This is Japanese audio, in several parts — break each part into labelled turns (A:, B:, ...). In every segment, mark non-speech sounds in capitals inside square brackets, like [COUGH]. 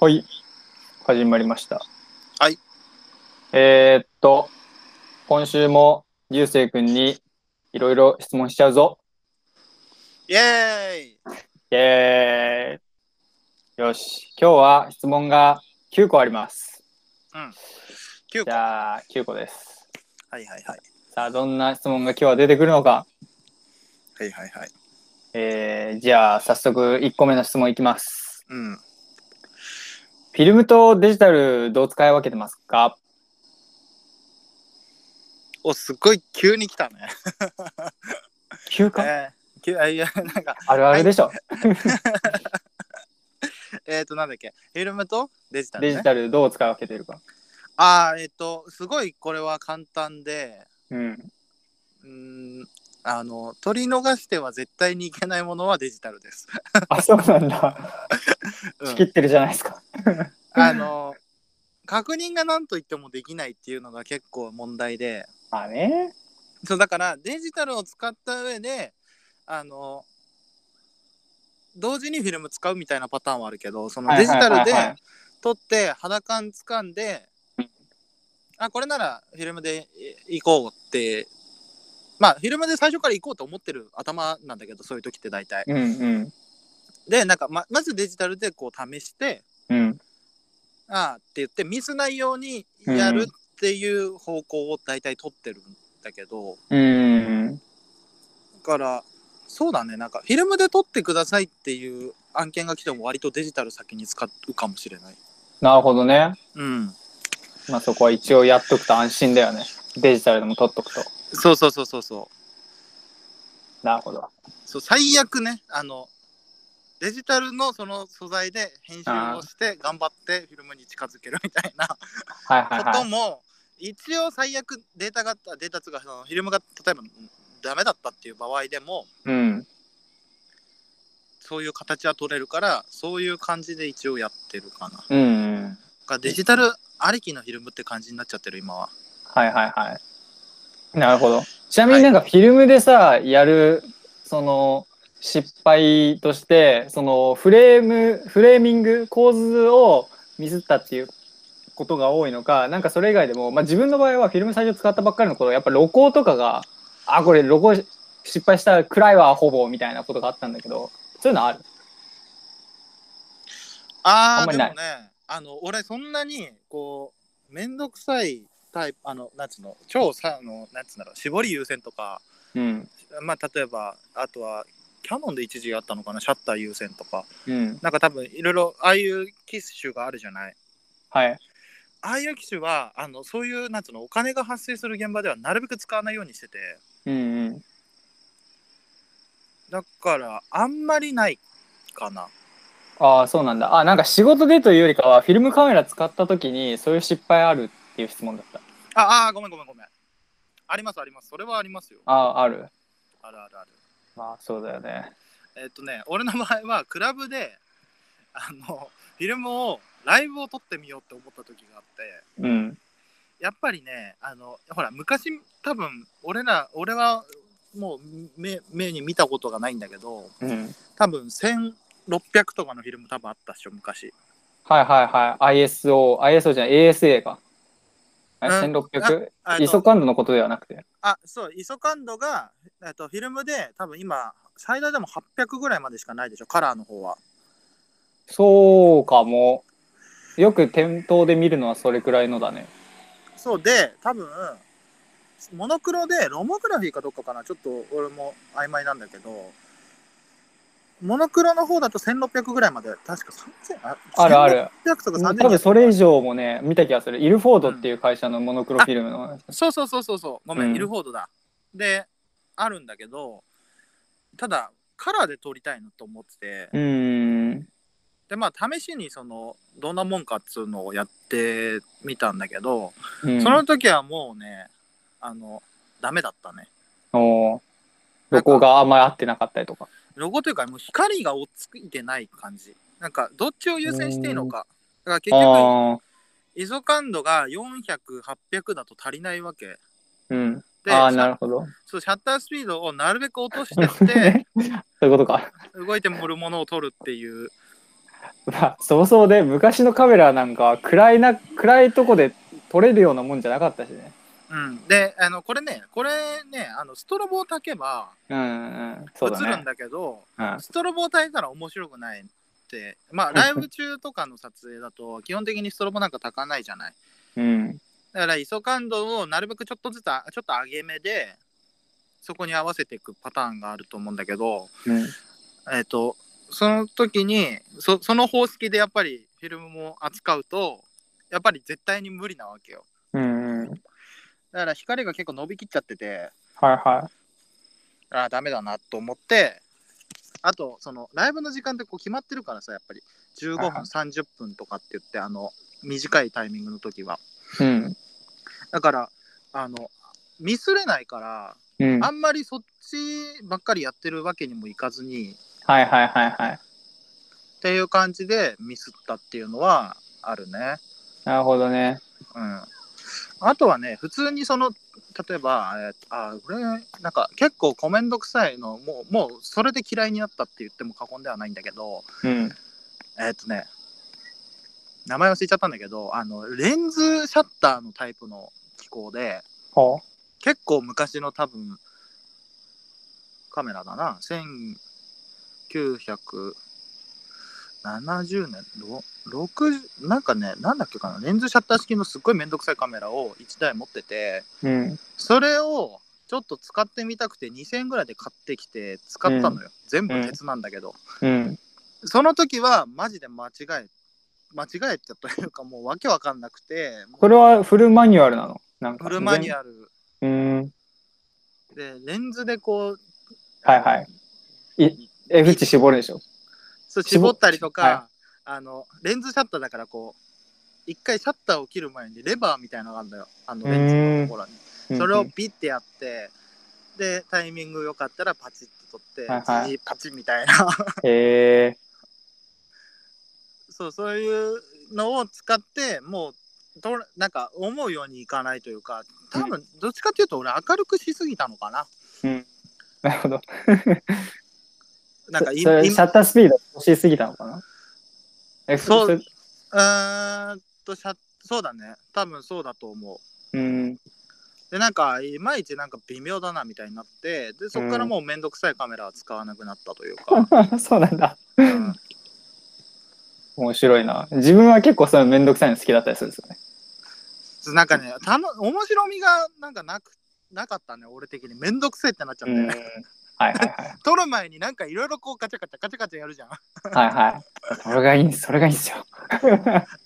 A: はい。始まりました。
B: はい。
A: えー、っと、今週も流星くんにいろいろ質問しちゃうぞ。
B: イエーイ
A: イェーイ。よし。今日は質問が9個あります。
B: !9
A: じ
B: 個。は
A: ゃあ、9個です。
B: いはいはい。
A: さあ、どんな質問が今日は出てくるのか。
B: はいはいはい。
A: えー、じゃあ、早速1個目の質問いきます。
B: うん。
A: フィルムとデジタルどう使い分けてますか
B: お、すっごい急に来たね。
A: ?9 か、
B: えー急あいや、なんか、
A: あるあるでしょ。
B: えっ、ー、と、なんだっけ、フィルムとデジタル、ね。
A: デジタルどう使い分けてるか。
B: ああ、えっ、と、すごいこれは簡単で、
A: うん。
B: うーん、あの、取り逃しては絶対にいけないものはデジタルです。
A: あ、そうなんだ。
B: う
A: 仕切
B: ん、
A: ってるじゃないですか。
B: あの、確認が何と言ってもできないっていうのが結構問題で、
A: まあね。
B: そうだからデジタルを使った上であの同時にフィルム使うみたいなパターンはあるけどその
A: はい
B: デジ
A: はい
B: タ
A: はいは
B: ル
A: い
B: で撮って肌感掴んで
A: うん
B: あこれならフィルムでい行こうってまあフィルムで最初から行こうと思ってる頭なんだけどそういう時って大体
A: うんうん。
B: でなんかままずデジタルでこう試して
A: うん。
B: ああって言ってミスないようにやるっていう方向を大体取ってるんだけど、
A: うん。
B: だからそうだねなんかフィルムで撮ってくださいっていう案件が来ても割とデジタル先に使うかもしれない
A: なるほどね。
B: うん
A: まあそこは一応やっとくと安心だよね。デジタルでも取っとくと。
B: そうそうそうそうそう
A: なるほど。
B: そう最悪ねあのデジタルのその素材で編集をして頑張ってフィルムに近づけるみたいな
A: はいはい
B: こと
A: はい。
B: も、一応最悪データがあったデータとかそのフィルムが例えばダメだったっていう場合でも
A: うん。
B: そういう形は取れるからそういう感じで一応やってるかな
A: うんうん。
B: がデジタルありきのフィルムって感じになっちゃってる今は
A: はいはいはい。なるほど。ちなみになんかフィルムでさ、やる、その、失敗として、そのフレーム、フレーミング、構図をミスったっていうことが多いのか、なんかそれ以外でも、まあ自分の場合はフィルム最初使ったばっかりの頃、やっぱ露光とかが、あ、これ露光失敗したら暗いわ、ほぼ、みたいなことがあったんだけど、そういうのある。あ
B: あ
A: んまり
B: あで
A: ない
B: もねあの俺そんなにこうめんどくさいタイプあのなんつうの超さあのなんつうんだろう絞り優先とか
A: うん。
B: まあ例えばあとはキャノンで一時あったのかなシャッター優先とか
A: うん。
B: なんか多分いろいろああいう機種があるじゃない
A: はい。
B: ああいう機種はあのそういうなんつうのお金が発生する現場ではなるべく使わないようにしてて
A: うんうん。
B: だからあんまりないかな
A: ああ、そうなんだ。あ、なんか仕事でというよりかは、フィルムカメラ使った時に、そういう失敗あるっていう質問だった。
B: ああーごめんごめんごめんありますありますそれはありますよ
A: ああ、ある。
B: あるあるある
A: まあ、そうだよね。
B: えっとね、俺の場合はクラブであのフィルムをライブを撮ってみようって思った時があって
A: うん。
B: やっぱりねあのほら昔多分俺ら俺はもう目目に見たことがないんだけど
A: うん。
B: 多分1600とかのフィルム多分あったっしょ昔
A: はいはいはい。ISO、ISO じゃない、ASA か。あれ、
B: うん
A: 1600?
B: あ
A: イソ
B: の
A: カンドのことではなくて。
B: あそうイソカンドが、えっと、フィルムで多分今最大でも800ぐらいまでしかないでしょカラーの方は
A: そうかも。よく店頭で見るのはそれくらいのだね。
B: そうで多分モノクロでロモグラフィーかどっかかなちょっと俺も曖昧なんだけどモノクロの方だと1600ぐらいまで確か3000あ
A: あるある。
B: 1600とか
A: 多
B: 3000
A: 分それ以上もね、見た気がする。イルフォードっていう会社のモノクロフィルムの。
B: そうそうそうそうそうごめん、
A: うん
B: イルフォードだであるんだけどただカラーで撮りたいなと思ってて
A: うーん。
B: でまあ試しにそのどんなもんかっつうのをやってみたんだけど、
A: うん
B: その時はもうねあのダメだったね
A: おーロゴがあんまり合ってなかったりとか。
B: ロゴというかもう光が落ち着いてない感じなんかどっちを優先していいのかだから結局
A: ああ、
B: イゾ感度が400800だと足りないわけ
A: うん。
B: で
A: ああ、
B: シャ
A: なるほど。
B: そうシャッタースピードをなる
A: [LAUGHS]
B: べく落としてって
A: そういうことか。
B: 動いてもるものを撮るっていう
A: まあそうそうで昔のカメラなんか暗いな暗いとこで撮れるようなもんじゃなかったしね
B: うん、であのこれねこれねあのストロボを焚けば
A: うんうん
B: 映
A: そうだ
B: るん
A: ね
B: だけど
A: うん
B: ストロボを焚いたら面白くないってまあライブ中とかの撮影だと基本的にストロボなんか焚かないじゃない
A: うん
B: だから ISO 感度をなるべくちょっとずつあちょっと上げ目でそこに合わせていくパターンがあると思うんだけど
A: うん
B: えっ、とその時にそその方式でやっぱりフィルムも扱うとやっぱり絶対に無理なわけよ
A: うんうん
B: だから光が結構伸びきっちゃってて
A: はいは
B: ああダメだなと思ってあとそのライブの時間ってこう決まってるからさやっぱり15
A: はい
B: 分
A: はい
B: 30分とかって言ってあの短いタイミングの時はい
A: うん
B: だからあのミスれないから
A: うん
B: あ
A: はい
B: んまりそっちばっかりやってるわけにもいかずに
A: はいはいはい
B: っていう感じでミスったっていうのはあるね
A: なるほどね
B: うんあとはね普通にその例えば、えーあーこれなんか結構コメント臭いのもうもうそれで嫌いになったって言っても過言ではないんだけど、
A: うん
B: えーっとね、名前忘れちゃったんだけど、あの、レンズシャッターのタイプの機構で、
A: ほ
B: 結構昔の多分、カメラだな、1970年、ろ60なんかね、なんだっけかな、レンズシャッター式のすっごいめんどくさいカメラを1台持ってて、
A: ううん
B: それをちょっと使ってみたくて2000円ぐらいで買ってきて使ったのよ。全部鉄なんだけど。
A: うん
B: その時はマジで間違え間違えたというかもうわけわかんなくて
A: これはフルマニュアルなのなんか
B: フルマニュアル
A: うん
B: でレンズでこう
A: はいはいい F 値絞るでしょ
B: そう絞ったりとか、
A: は
B: あのレンズシャッターだからこう一回シャッターを切る前にレバーみたいなのがあるんだよあのレンズのところにそれをビッてやってでタイミングよかったらパチッと取って、
A: はいはい
B: 次パチッみたいな [LAUGHS]
A: へえ
B: そうそういうのを使ってもうとなんか思うようにいかないというか多分どっちかっていうと俺明るくしすぎたのかな
A: なるほど
B: なんかい
A: それシ
B: 今
A: ャッタースピード落ちすぎたのかなえ
B: そう
A: れ
B: うーんとシャそうだね多分そうだと思う
A: うん [LAUGHS]
B: でなんかいまいちなんか微妙だなみたいになってでそこからもうめんどくさいカメラは使わなくなったというか、
A: そうなんだ
B: うん
A: 面白いな自分は結構そういうのめんどくさいの好きだったりするんですよね
B: なんかねたの面白みがなんかなくなかったね俺的にめんどくせえってなっちゃって、
A: うんはいはい
B: 撮る前になんかいろいろこうカチャカチャカチャカチャやるじゃん
A: はいはいはいそれがいいんそれがいいんですよ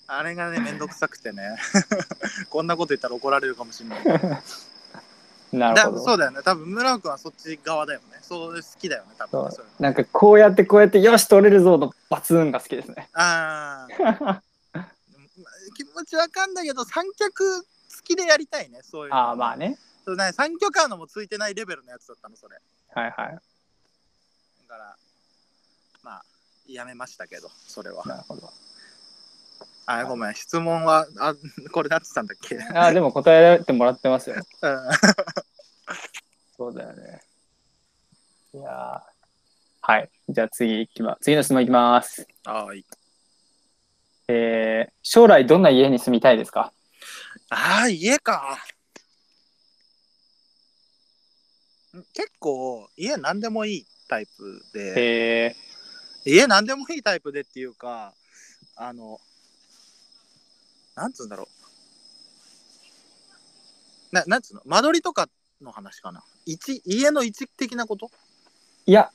B: あれがねめんどくさくてね [LAUGHS] こんなこと言ったら怒られるかもしれない
A: なる
B: だ
A: ほど
B: そうだよね多分村尾君はそっち側だよねそう好きだよね多分ね
A: そ
B: そうれ
A: なんかこうやってこうやってよし取れるぞのバツンが好きですね
B: ああ気持ちわかんないけど三脚付きでやりたいねそういうの
A: ああまあね
B: そうね三脚あるのもついてないレベルのやつだったのそれ
A: はいはい
B: だからまあやめましたけどそれ [LAUGHS] は
A: なるほど
B: あごめん質問はあこれなってたんだっけ、うん、
A: あーでも答えられてもらってますよそうだよねいやーはいじゃあ次いきま次の質問いきます
B: はい
A: えー将来どんな家に住みたいですか
B: ああ家かん結構家何でもいいタイプ
A: え
B: で家何でもいいタイプでっていうかあのなんつうんだろうななんつうの間取りとかの話かな一家の位置的なこと
A: ーいや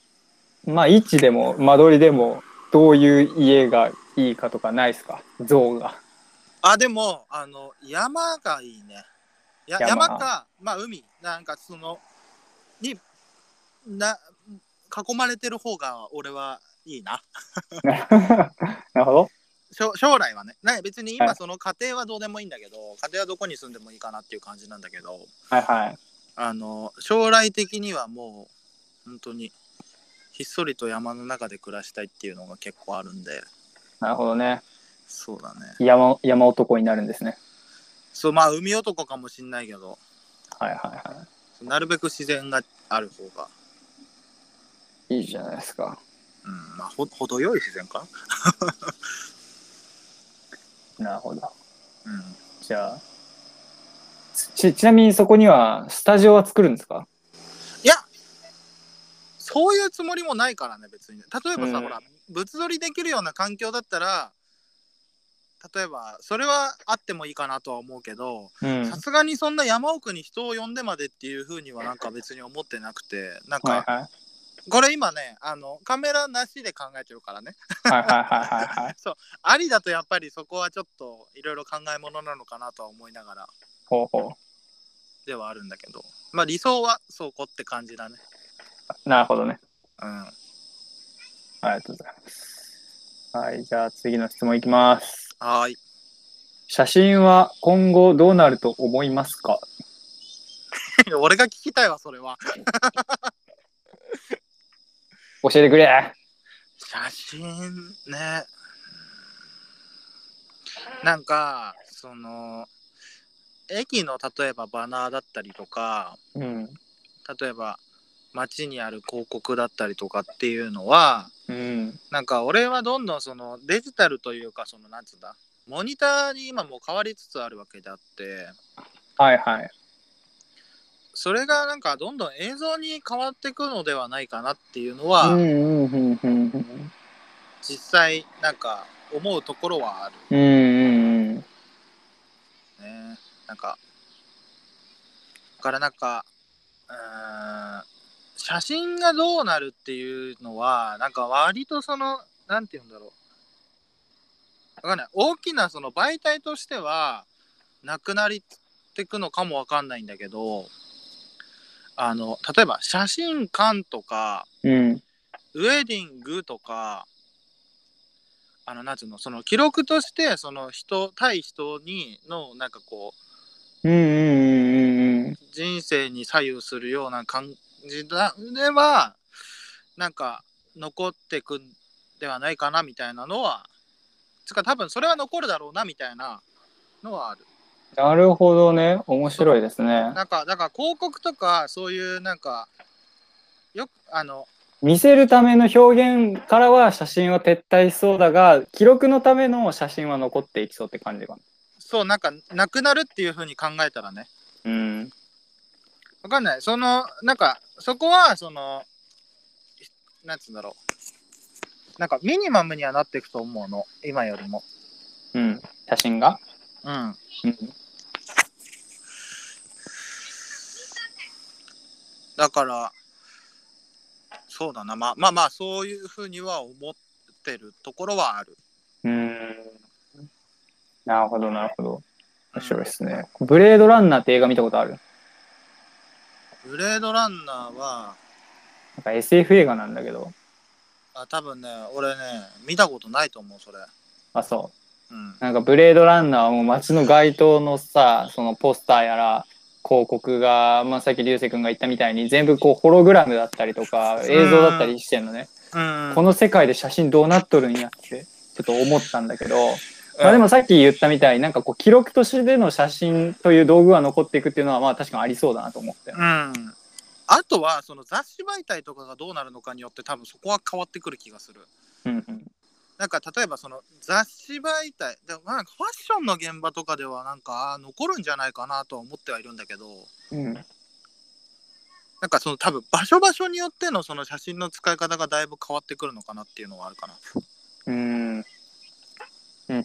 A: まあ位置でも間取りでもどういう家がいいかとかないですか像が
B: あでもあの山がいいねや山
A: 山
B: かまあ海なんかそのにな囲まれてる方が俺はいいな
A: なるほど
B: 将将来はねな別に
A: は
B: 今
A: い
B: その家庭はどうでもいいんだけど家庭はどこに住んでもいいかなっていう感じなんだけど
A: はいはい
B: あの将来的にはもう本当にひっそりと山の中で暮らしたいっていうのが結構あるんで
A: なるほどね
B: そうだね
A: 山山男になるんですね
B: そうまあ海男かもしんないけど
A: はいはいは
B: なるべく自然がある方が
A: いいいじゃないですか
B: うん、まあ、ほ程よい自然か
A: なるほど。
B: うん。
A: じゃあ、ち、ちなみにそこには、スタジオは作るんですか
B: いや、そういうつもりもないからね、別に。例えばさ、
A: うん
B: ほら、物撮りできるような環境だったら、例えば、それはあってもいいかなとは思うけど、
A: うん。
B: さすがにそんな山奥に人を呼んでまでっていうふうにはなんか別に思ってなくて、なん
A: は
B: か、
A: いはい。
B: これ今ね、あの、カメラなしで考えてるからね。
A: はいはいはいはいはい。
B: ありだとやっぱりそこはちょっといろいろ考えものなのかなとは思いながら
A: ほうほ
B: ではあるんだけど、まあ理想はそこって感じだね。
A: う。なるほどね。
B: うん。
A: ありがとうございます。はい、じゃあ次の質問いきます。
B: はーい。 [LAUGHS]
A: 写真は今後どうなると思いますか
B: 俺が聞きたいわ、それは。
A: 教えてくれ。
B: 写真ねなんかその駅の例えばバナーだったりとか
A: うん。
B: 例えば街にある広告だったりとかっていうのは
A: うん。
B: なんか俺はどんどんそのデジタルというかそのなんつうんだモニターに今もう変わりつつあるわけであって
A: はいはい。
B: それがなんかどんどん映像に変わっていくのではないかなっていうのは、
A: うんうんうんうんうん。
B: 実際なんか思うところはある。
A: うんうんうん。
B: ね。なんか、だからなんか、うーん、写真がどうなるっていうのは、なんか割とその、なんて言うんだろう。わかんない。大きなその媒体としては、なくなりってくのかもわかんないんだけど、あの、例えば写真館とか、
A: うん。
B: ウェディングとか、あの、なんつうの、その記録として、その人、対人に、の、なんかこう、
A: うんうんうん
B: 人生に左右するような感じだではなんか残ってくんではないかなみたいなのはつか多分それは残るだろうなみたいなのはある
A: なるほどね。面白いですね。
B: なんかだから広告とかそういうなんかよくあの
A: 見せるための表現からは写真は撤退しそうだが、記録のための写真は残っていきそうって感じが。
B: そうなんかなくなるっていうふうに考えたらね
A: うん。
B: わかんないそのなんかそこはそのなんつうんだろうなんかミニマムにはなっていくと思うの今よりも
A: うん。写真が
B: うん
A: うん。
B: だから、そうだな、まあまあまあ、そういうふうには思ってるところはある。
A: うん。なるほど、なるほど。面白いですね。ブレードランナーって映画見たことある
B: ブレードランナーは、
A: なんか SF 映画なんだけど。
B: あ多分ね、俺ね、見たことないと思う、それ。
A: あ、そう。
B: うん。
A: なんかブレードランナーはもう街の街灯のさそのポスターやら広告が、まあ、さっき流星君が言ったみたいに全部こうホログラムだったりとか映像だったりしてんのね、
B: うん
A: この世界で写真どうなっとるんやってちょっと思ったんだけど、まあ、でもさっき言ったみたいになんかこう記録としての写真という道具が残っていくっていうのはまあ確かにありそうだなと思って
B: うん。あとは、その雑誌媒体とかがどうなるのかによって、多分そこは変わってくる気がする。
A: うんうん
B: なんか例えばその雑誌媒体でもなんかファッションの現場とかではなんかあー残るんじゃないかなとは思ってはいるんだけど、
A: うん
B: なんかその多分場所場所によってのその写真の使い方がだいぶ変わってくるのかなっていうのはあるかな。
A: うんうんうん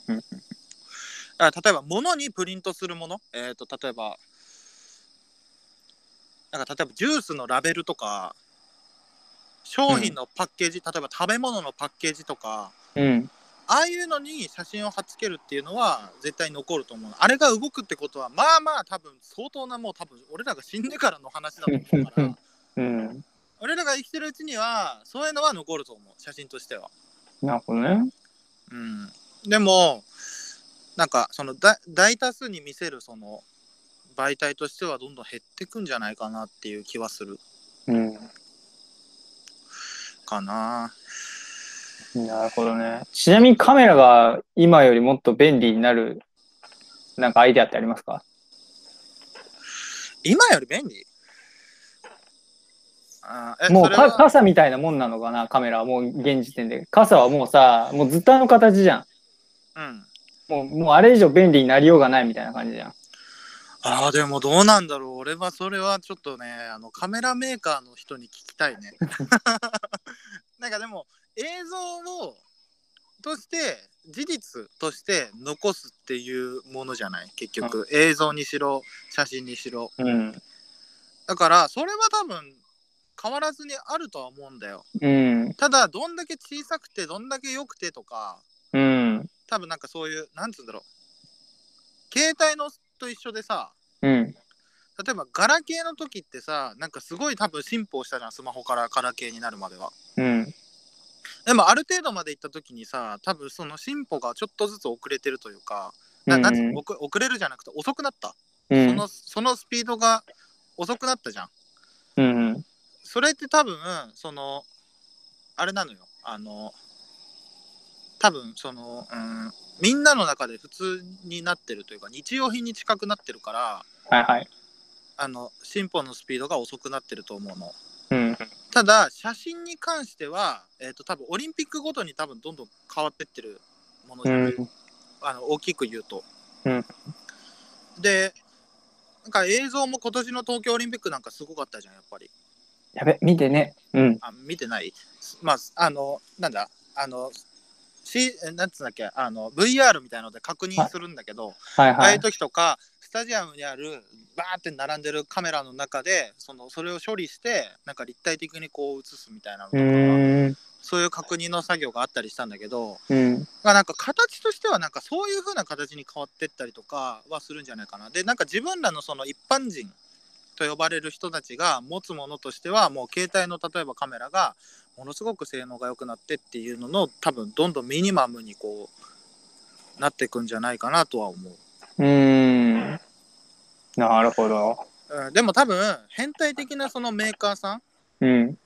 B: あ例えば物にプリントするもの、えー、と例えばなんか例えばジュースのラベルとか商品のパッケージ、例えば食べ物のパッケージとか
A: うん
B: ああいうのに写真を貼っつけるっていうのは絶対残ると思うあれが動くってことはまあまあ多分相当なもう多分俺らが死んでからの話だと思うから
A: うん
B: 俺らが生きてるうちにはそういうのは残ると思う写真としては。
A: なるほどね
B: うん、でもなんかそのだ大多数に見せるその媒体としてはどんどん減ってくんじゃないかなっていう気はする
A: うん
B: かな
A: なるほどね。ちなみにカメラが今よりもっと便利になる、なんかアイデアってありますか
B: 今より便利あーえ
A: もう
B: それは
A: か傘みたいなもんなのかなカメラはもう現時点で傘はもうさもうずっとあの形じゃん
B: うん、
A: もうもうあれ以上便利になりようがないみたいな感じじゃん
B: ああでもどうなんだろう俺はそれはちょっとねあのカメラメーカーの人に聞きたいね [LAUGHS] なんかでも映像をとして事実として残すっていうものじゃない結局、映像にしろ写真にしろ
A: うん
B: だからそれは多分変わらずにあるとは思うんだよ
A: うん
B: ただどんだけ小さくてどんだけ良くてとか
A: うん
B: 多分なんかそういうなんつうんだろう携帯のと一緒でさ
A: うん
B: 例えばガラケーの時ってさなんかすごい多分進歩したじゃんスマホからガラケーになるまでは
A: うん
B: でもある程度まで行った時にさ多分その進歩がちょっとずつ遅れてるというかななんつうの遅遅れるじゃなくて遅くなった、
A: うん
B: そのそのスピードが遅くなったじゃん
A: うん
B: それって多分そのあれなのよあの多分そのうんみんなの中で普通になってるというか日用品に近くなってるから
A: はいはい
B: あの進歩のスピードが遅くなってると思うの
A: うん
B: ただ写真に関しては、えー、と多分オリンピックごとに多分どんどん変わってってるものじ
A: う
B: ゃない、
A: ん
B: あの大きく言うと。
A: うん
B: でなんか映像も今年の東京オリンピックなんかすごかったじゃんやっぱり。
A: やべ見てねうん
B: あ見てないまああのなんだあのしなんつうんだっけあの VR みたいので確認するんだけど、
A: はい
B: ああ
A: は
B: いう
A: い
B: 時とかスタジアムにあるバーって並んでるカメラの中でそのそれを処理してなんか立体的にこう映すみたいなのと
A: う
B: か。
A: ーん
B: そういう確認の作業があったりしたんだけど、
A: うん
B: まあ、なんか形としてはなんかそういう風な形に変わってったりとかはするんじゃないかな。でなんか自分らのその一般人と呼ばれる人たちが持つものとしてはもう携帯の例えばカメラがものすごく性能が良くなってっていうのの多分どんどんミニマムにこうなっていくんじゃないかなとは思う。
A: うーんなるほど
B: うん、でも多分変態的なそのメーカーさん
A: うん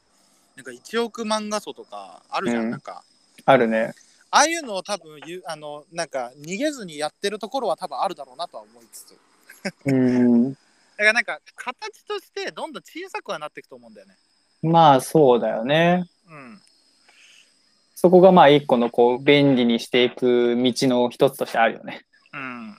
B: なんか1億万画素とかあるじゃん、
A: うん
B: なんか
A: あるね
B: ああいうのを多分ゆあのなんか逃げずにやってるところは多分あるだろうなとは思いつつだ
A: うん
B: からなんか形としてどんどん小さくはなっていくと思うんだよね
A: まあそうだよね
B: うん
A: そこがまあ一個のこう便利にしていく道の一つとしてあるよね。
B: うん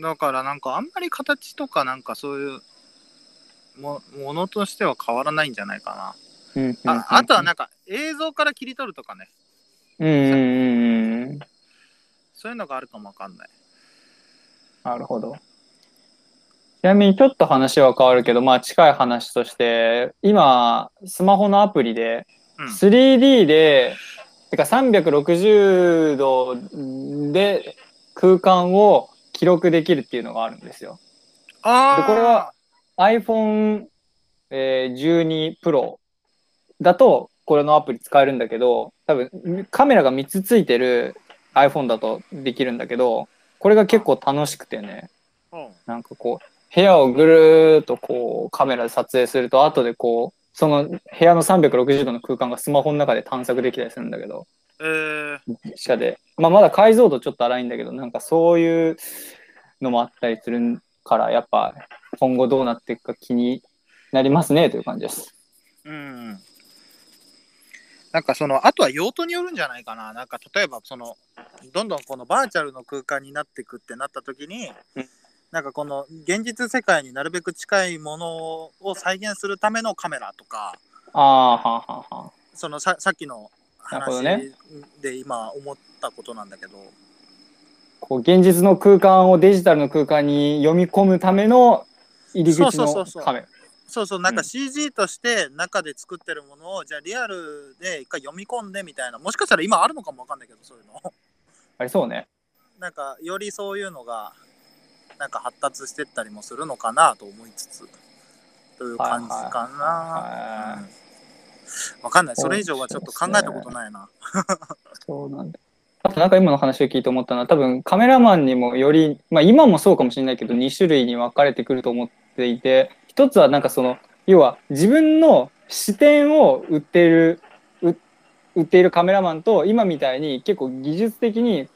B: だからなんかあんまり形とかなんかそういうもものとしては変わらないんじゃないか
A: うん
B: なああとはなんか映像から切り取るとかね
A: うんうんうんうん。
B: そういうのがあるかもわかんない
A: なるほど。ちなみにちょっと話は変わるけど、まあ近い話として、今スマホのアプリで
B: うん
A: 3D で、てか360度で空間を記録できるっていうのがあるんですよ。
B: あ
A: でこれは iPhone12、えー、Pro だとこれのアプリ使えるんだけど多分カメラが3つついてる iPhone だとできるんだけどこれが結構楽しくてね
B: うん
A: なんかこう部屋をぐるーっとこうカメラで撮影すると後でこうその部屋の360度の空間がスマホの中で探索できたりするんだけど
B: えー、
A: 実写で、まあ、まだ解像度ちょっと荒いんだけどなんかそういうのもあったりするからやっぱ今後どうなっていくか気になりますねという感じです。
B: うんなんかそのあとは用途によるんじゃないかななんか例えばそのどんどんこのバーチャルの空間になっていくってなった時に、
A: うん
B: なんかこの現実世界になるべく近いものを再現するためのカメラとか
A: ああはあはあはあ。
B: そのささっきの
A: なるほ
B: 話
A: どね
B: で今思ったことなんだけど
A: こう現実の空間をデジタルの空間に読み込むための入り口
B: そうそ
A: の
B: うそうそう
A: カメラ。
B: そうそうなん
A: う
B: か
A: ん
B: CG として中で作ってるものを、じゃあリアルで一回読み込んでみたいなもしかしたら今あるのかもわかんないけどそういうの。
A: ありそうね。
B: なんかよりそういうのがなんか発達してったりもするのかなと思いつつという感じか
A: はいはい
B: な。うんわかんないそれ以上はちょっと考えたことないな。
A: そうなんだ。あとなんか今の話を聞いて思ったのは多分カメラマンにもより、まあ、今もそうかもしれないけど2種類に分かれてくると思っていて一つはなんかその要は自分の視点を売っている売売っているカメラマンと今みたいに結構技術的に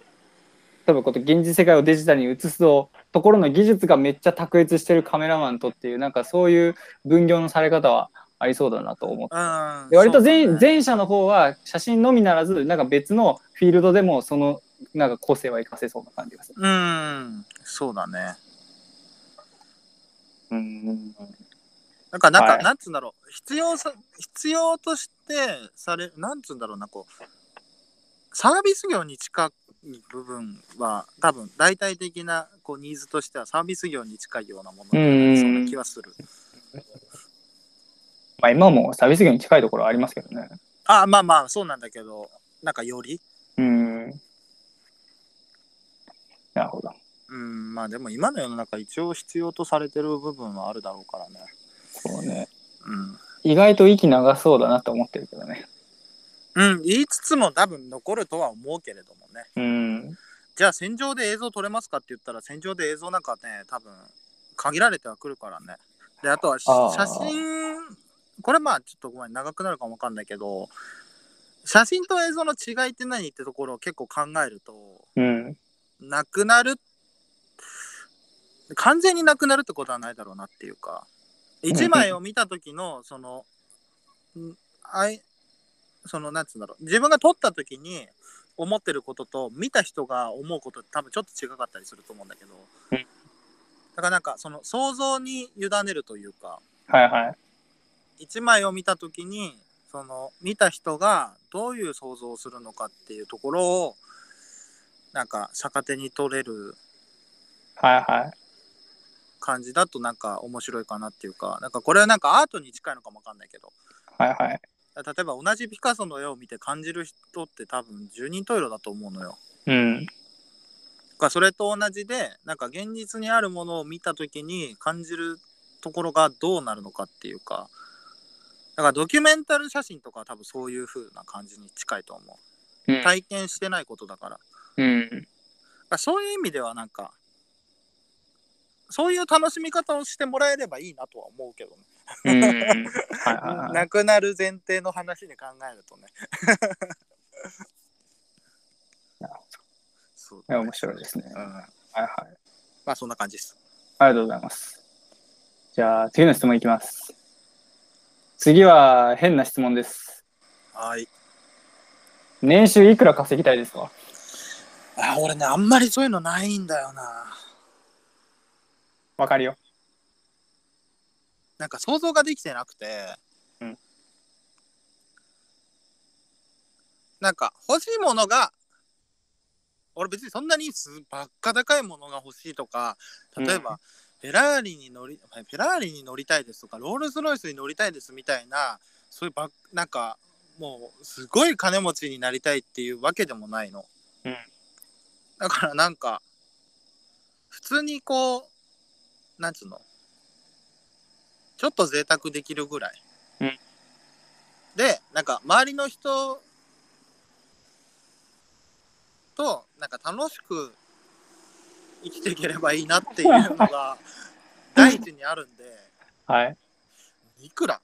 A: 多分こうやって現実世界をデジタルに移すところの技術がめっちゃ卓越してるカメラマンとっていうなんかそういう分業のされ方はありそうだなと思って。
B: うん
A: で割と前,、
B: そうだね
A: 前者の方は写真のみならずなんか別のフィールドでもそのなんか個性は活かせそうな感じがする。
B: うんそうだね
A: うん
B: なんか、なんか、
A: はい
B: なんつうんだろう、必要さ、必要としてされ、なんつうんだろうな、こう、サービス業に近い部分は、多分、大体的な、こう、ニーズとしては、サービス業に近いようなもの
A: う
B: で、
A: ん
B: そんな気はする。
A: まあ、今もサービス業に近いところはありますけどね。
B: あ、まあまあ、そうなんだけど、なんか、より、
A: うん。なるほど。
B: うん、まあ、でも、今の世の中、一応必要とされてる部分はあるだろうからね。
A: そうね。
B: うん。
A: 意外と息長そうだなと思ってるけどね。
B: うん、言いつつも、多分、残るとは思うけれどもね。
A: うん。
B: じゃあ戦場で映像撮れますかって言ったら戦場で映像なんかね多分限られてはくるからねであとはし
A: あー
B: 写真これまあちょっとごめん長くなるかもわかんないけど写真と映像の違いって何ってところを結構考えると
A: うん。
B: なくなる完全になくなるってことはないだろうなっていうか1枚を見た時のそのんあいそのなんつうんだろう自分が撮った時に思ってることと見た人が思うことって多分ちょっと違かったりすると思うんだけど
A: うん
B: だからなんかその想像に委ねるというか
A: はいはい。
B: 1枚を見た時にその見た人がどういう想像をするのかっていうところをなんか逆手に取れる
A: はいはい。
B: 感じだとなんか面白いかなっていうかなんかこれはなんかアートに近いのかもわかんないけど
A: はいはい。
B: 例えば同じピカソの絵を見て感じる人って多分十人十色だと思うのよ。
A: うん。
B: だからそれと同じでなんか現実にあるものを見た時に感じるところがどうなるのかっていうかだからドキュメンタル写真とかは多分そういう風な感じに近いと思
A: う。
B: うん体験してないことだから
A: うん。
B: だからそういう意味ではなんかそういう楽しみ方をしてもらえればいいなとは思うけどね
A: うん。 [LAUGHS] はいはいはい。
B: なくなる前提の話に考える
A: [LAUGHS]
B: とね。
A: なるほ
B: そう
A: ど。いや面白いですね。
B: う
A: はい
B: ん。ま
A: はい。
B: あそんな感じです。
A: ありがとうございます。じゃあ、次の質問いきます。次は変な質問です。
B: はい。
A: 年収いくら稼ぎたいですか
B: あ、俺ね、あんまりそういうのないんだよな。
A: わかるよ。
B: なんか想像ができてなくて。
A: うん
B: なんか欲しいものが、俺別にそんなにすばっか高いものが欲しいとか、例えば、フェラーリに乗り、フェラーリに乗りたいですとか、ロールスロイスに乗りたいですみたいな、そういうばっ、なんか、もう、すごい金持ちになりたいっていうわけでもないの。
A: うん
B: だからなんか、普通にこう、なんつうのちょっと贅沢できるぐらい。
A: うん
B: で、なんか周りの人と、なんか楽しく生きていければいいなっていうの
A: [LAUGHS]
B: が第一にあるんで、
A: はい。
B: いくら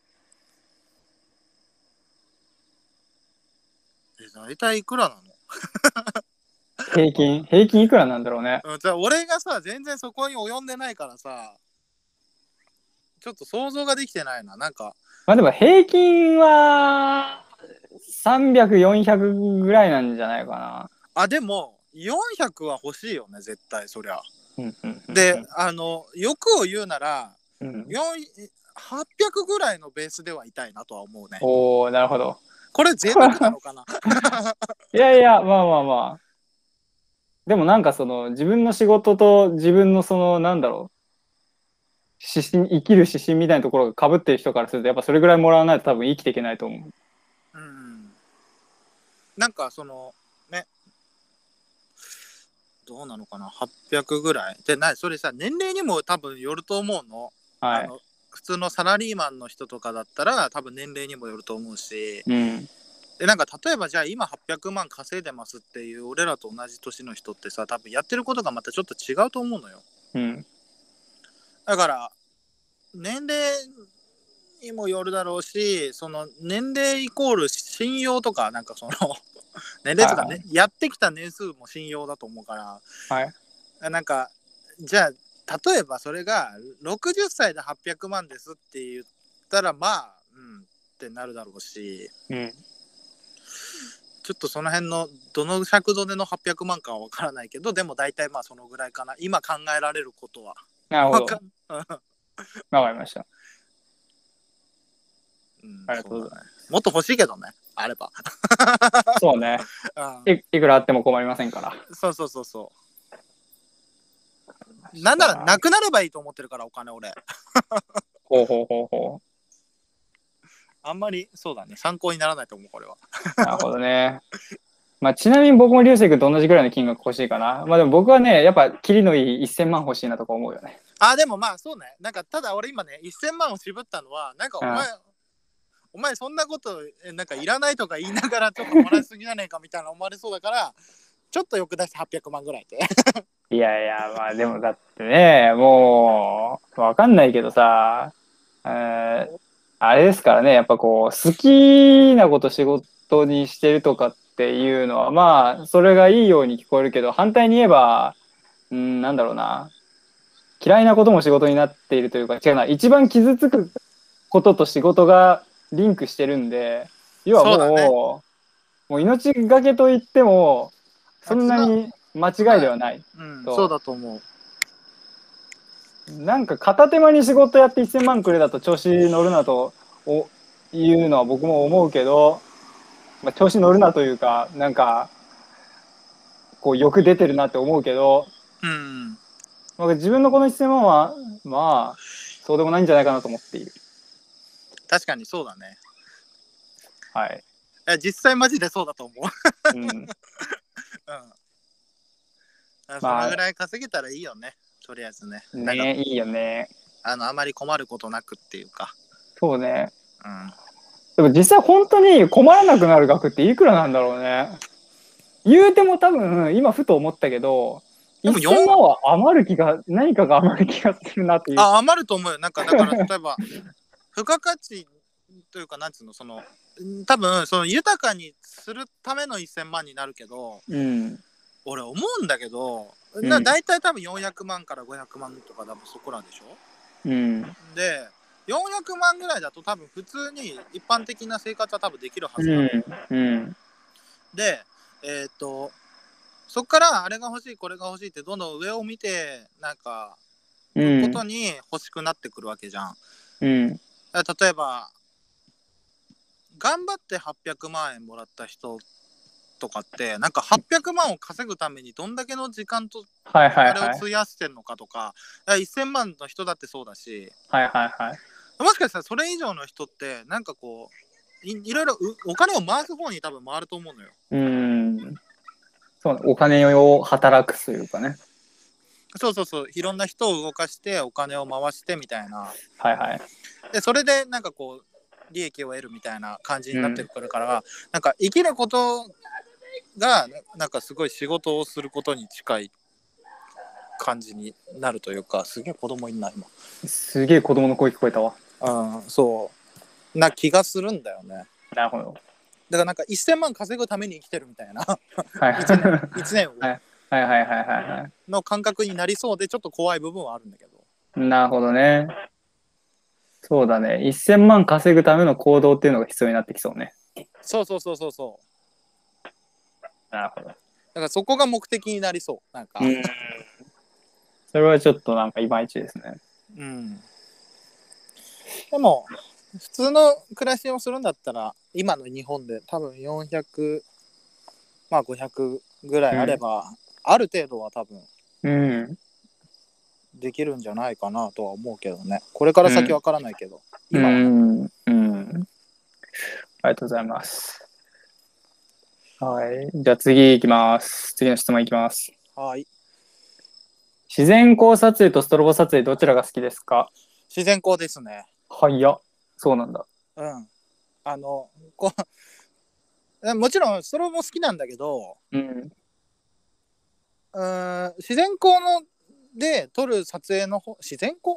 B: え、大体いくらなの
A: 平均、平均いくらなんだろうね。
B: うん、じゃあ俺がさ、全然そこに及んでないからさ、ちょっと想像ができてないな。なんか、
A: まあでも平均は300、400ぐらいなんじゃないか
B: あでも400は欲しいよね絶対そりゃ。
A: な。うんうんうん
B: で、あの欲を言うなら
A: うん
B: 4 800ぐらいのベースではいたいなとは思うね。
A: おおなるほど。
B: これ贅沢なのかな [LAUGHS]
A: いやいや、まあまあまあ。でもなんかその自分の仕事と自分のそのなんだろう。指針生きる指針みたいなところが被ってる人からするとやっぱそれぐらいもらわないと多分生きていけないと思う。
B: うん。なんかそのねどうなのかな800ぐらい。でなそれさ年齢にも多分よると思うの。
A: は
B: あ
A: い。
B: の普通のサラリーマンの人とかだったら多分年齢にもよると思うし。
A: うん。
B: でなんか例えばじゃあ今800万稼いでますっていう俺らと同じ年の人ってさ多分やってることがまたちょっと違うと思うのよ
A: うん。
B: だから年齢にもよるだろうしその年齢イコール信用とかなんかその [LAUGHS] 年齢とか
A: は
B: ねやってきた年数も信用だと思うから
A: はい。
B: なんかじゃあ例えばそれが60歳で800万ですって言ったらまあううん、ってなるだろうし、
A: うん。
B: ちょっとその辺のどの尺度での800万かは分からないけどでも大体まあそのぐらいかな今考えられることは
A: なるほど。
B: わ
A: わ
B: か
A: か
B: んうん
A: りました。
B: うん
A: ありがとうござ
B: そうだねもっと欲しいけどねあれば、
A: そうね。
B: うん
A: いいくらあっても困りませんから。
B: そうそうそうそうなんならなくなればいいと思ってるからお金俺
A: ほうほうほうほ
B: あんまりそうだね参考にならないと思うこれは
A: う。なるほどね。まあ、ちなみに僕も流星君と同じぐらいの金額欲しいかな。まあでも僕はね、やっぱ、キリのいい1000万欲しいなとか思うよね。
B: あでもまあそうねなんかただ俺今ね1000万を渋ったのはなんかお前、
A: うん
B: お前そんなことえなんかいらないとか言いながらちょっともらいすぎじゃねえかみたいな思われそうだからちょっとよく出して800万ぐらいで
A: いやいや、まあでもだってね、もう、わかんないけどさ、えーあれですからね、やっぱこう、好きなこと仕事にしてるとかっていうのは、まあ、それがいいように聞こえるけど、反対に言えば、うん、なんだろうな、嫌いなことも仕事になっているというか、違うな、一番傷つくことと仕事がリンクしてるんで、要は
B: そうだ
A: もう、
B: ね
A: もう命がけと言っても、そんなに間違いではない。
B: うん
A: そう
B: [LAUGHS] そうだと思う
A: なんか片手間に仕事やって1000万くれだと調子乗るなとおいうのは僕も思うけど、まあ、調子乗るなというかなんかこうよく出てるなって思うけど、
B: うん
A: まあ、自分のこの1000万はまあそうでもないんじゃないかなと思っている。
B: 確かにそうだね
A: はい。
B: いや実際マジでそうだと思う
A: うん、
B: うんあそのぐらい稼げたらいいよねとりあえずね [LAUGHS] なんか
A: ねいいよね。
B: あのあまり困ることなくっていうか
A: そうね。
B: うん
A: でも実際本当に困らなくなる額っていくらなんだろうね。言うても多分今ふと思ったけど、
B: でも
A: 1000
B: 四
A: 万は余る気が、何かが余る気がするなっていう。
B: あ余ると思うよなんかだから例えば [LAUGHS] 付加価値というかなんつうのそのん多分その豊かにするための1,000万になるけど
A: うん。
B: 俺思うんだけど、
A: ん
B: だ大体多分400万から500万とか多分そこらでしょ
A: うん。
B: で400万ぐらいだと多分普通に一般的な生活は多分できるは
A: う
B: ずなの、
A: ん。うん。
B: でえっ、とそっからあれが欲しいこれが欲しいってどんどん上を見てなんか
A: う
B: こ
A: ん
B: と。に欲しくなってくるわけじゃん
A: うん。
B: だから例えば頑張って800万円もらった人とかってなんか800万を稼ぐためにどんだけの時間と
A: はいはい
B: あれを
A: はい。
B: 費やしてんのかとか,、1000万の人だってそうだし
A: はいはいはい。
B: もしかしたらそれ以上の人ってなんかこういいろいろうお金を回す方に多分回ると思うのよ
A: うん。そうねお金を働くというかね。
B: そうそうそういろんな人を動かしてお金を回してみたいな
A: はいはい。
B: でそれでなんかこう利益を得るみたいな感じになってくるから、なんか生きることがななんかすごい仕事をすることに近い感じになるというかすげえ子供いんな今
A: すげえ子供の声聞こえたわ。
B: うんそうな気がするんだよね
A: なるほど。
B: だからなんか1000万稼ぐために生きてるみたい [LAUGHS] な
A: はい。はい
B: 一年1年を
A: はい [LAUGHS] はいはいはいは
B: の感覚になりそうでちょっと怖い部分はあるんだけど
A: い。なるほどね。そうだね。1000万稼ぐための行動っていうのが必要になってきそうね。
B: そうそうそうそうそう
A: なるほど。
B: だからそこが目的になりそうなんか
A: うん。それはちょっとなんかいまいちですね。
B: うんでも普通の暮らしをするんだったら今の日本で多分400まあ500ぐらいあれば、ある程度は多分
A: うん。
B: できるんじゃないかなとは思うけどねこれから先わからないけど、今
A: う
B: は
A: ん、うん。ありがとうございます。はい。じゃあ次いきます。次の質問いきます。
B: はい
A: 自然光撮影とストロボ撮影どちらが好きですか
B: 自然光ですね
A: はいや。そうなんだ。
B: うんあのこうもちろんそれも好きなんだけど
A: うん。
B: うーん自然光ので撮る撮影の方自然光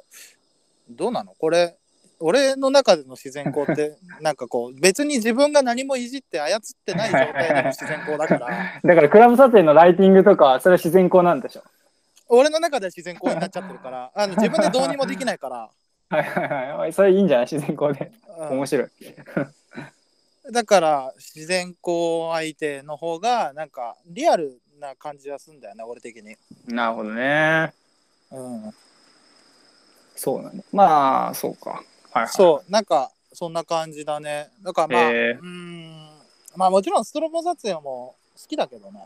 B: どうなのこれ俺の中での自然光ってなんかこう別に自分が何もいじって操ってない状態での自然光だから
A: [LAUGHS] だからクラブ撮影のライティングとか、それは自然光なんでしょ。
B: 俺の中では自然光になっちゃってるからあの自分でどうにもできないから
A: [LAUGHS] はいはいはい。それいいんじゃない自然光で。面白い。
B: だから自然光相手の方がなんかリアルな感じはすんだよね俺的に。
A: なるほどね。
B: うん、
A: そうなんだ。まあ、そうか。はいはい。
B: そうなんかそんな感じだね。だからまあ、
A: へー
B: うーんまあもちろんストロボ撮影も好きだけどね。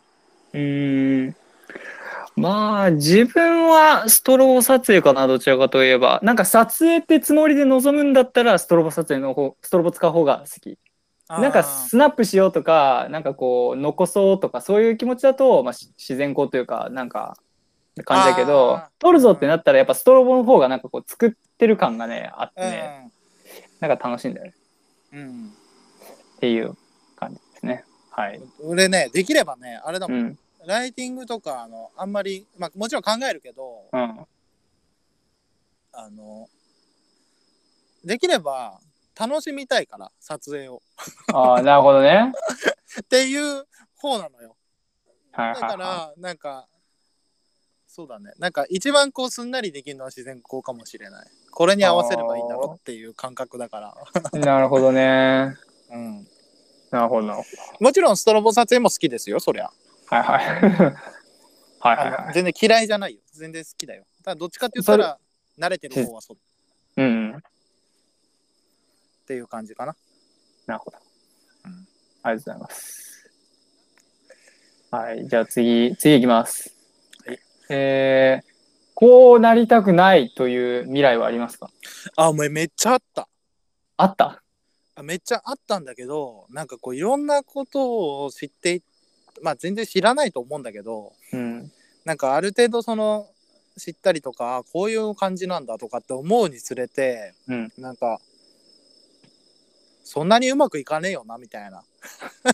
A: うーん。まあ、自分はストロボ撮影かな、どちらかといえば。なんか撮影ってつもりで臨むんだったら、ストロボ撮影の方、ストロボ使う方が好き。なんかスナップしようとか、なんかこう、残そうとか、そういう気持ちだと、まあ、し自然光というか、なんか、感じだけど
B: あー、
A: 撮るぞってなったら、やっぱストロボの方がなんかこう、作ってる感がね、あって
B: うん
A: ね、なんか楽しいんだよね。
B: うん
A: っていう感じですね。はい。
B: 俺ねできればねあれだ
A: う
B: もん、
A: ん。
B: ライティングとかあのあんまり、まあ、もちろん考えるけど
A: うん。
B: あのできれば楽しみたいから撮影を
A: ああ、なるほどね。
B: っていう方なのよ
A: はいはい、はい
B: だか。 [LAUGHS] らなんかそうだねなんか一番こうすんなりできるのは自然光かもしれないこれに合わせればいいんだろうっていう感覚だから、
A: なるほどね。
B: [LAUGHS] うん、
A: なるほどなるほ
B: もちろんストロボ撮影も好きですよそりゃ
A: ど。はい [LAUGHS] はい。はいはい
B: あ
A: は
B: の
A: い。
B: 全然嫌いじゃないよ全然好きだよただどっちかって言ったら慣れてる方はそう
A: うん。
B: っていう感じかな
A: なるほど
B: うん。
A: ありがとうございます。はい。じゃあ次、次いきます
B: はい。
A: えー、こうなりたくないという未来はありますか
B: あお前めっちゃあった
A: あった
B: あめっちゃあったんだけどなんかこういろんなことを知っていまあ全然知らないと思うんだけど
A: うん。
B: なんかある程度その知ったりとかあこういう感じなんだとかって思うにつれて、
A: うん
B: なんかそんなにうまくいかねえよなみたいな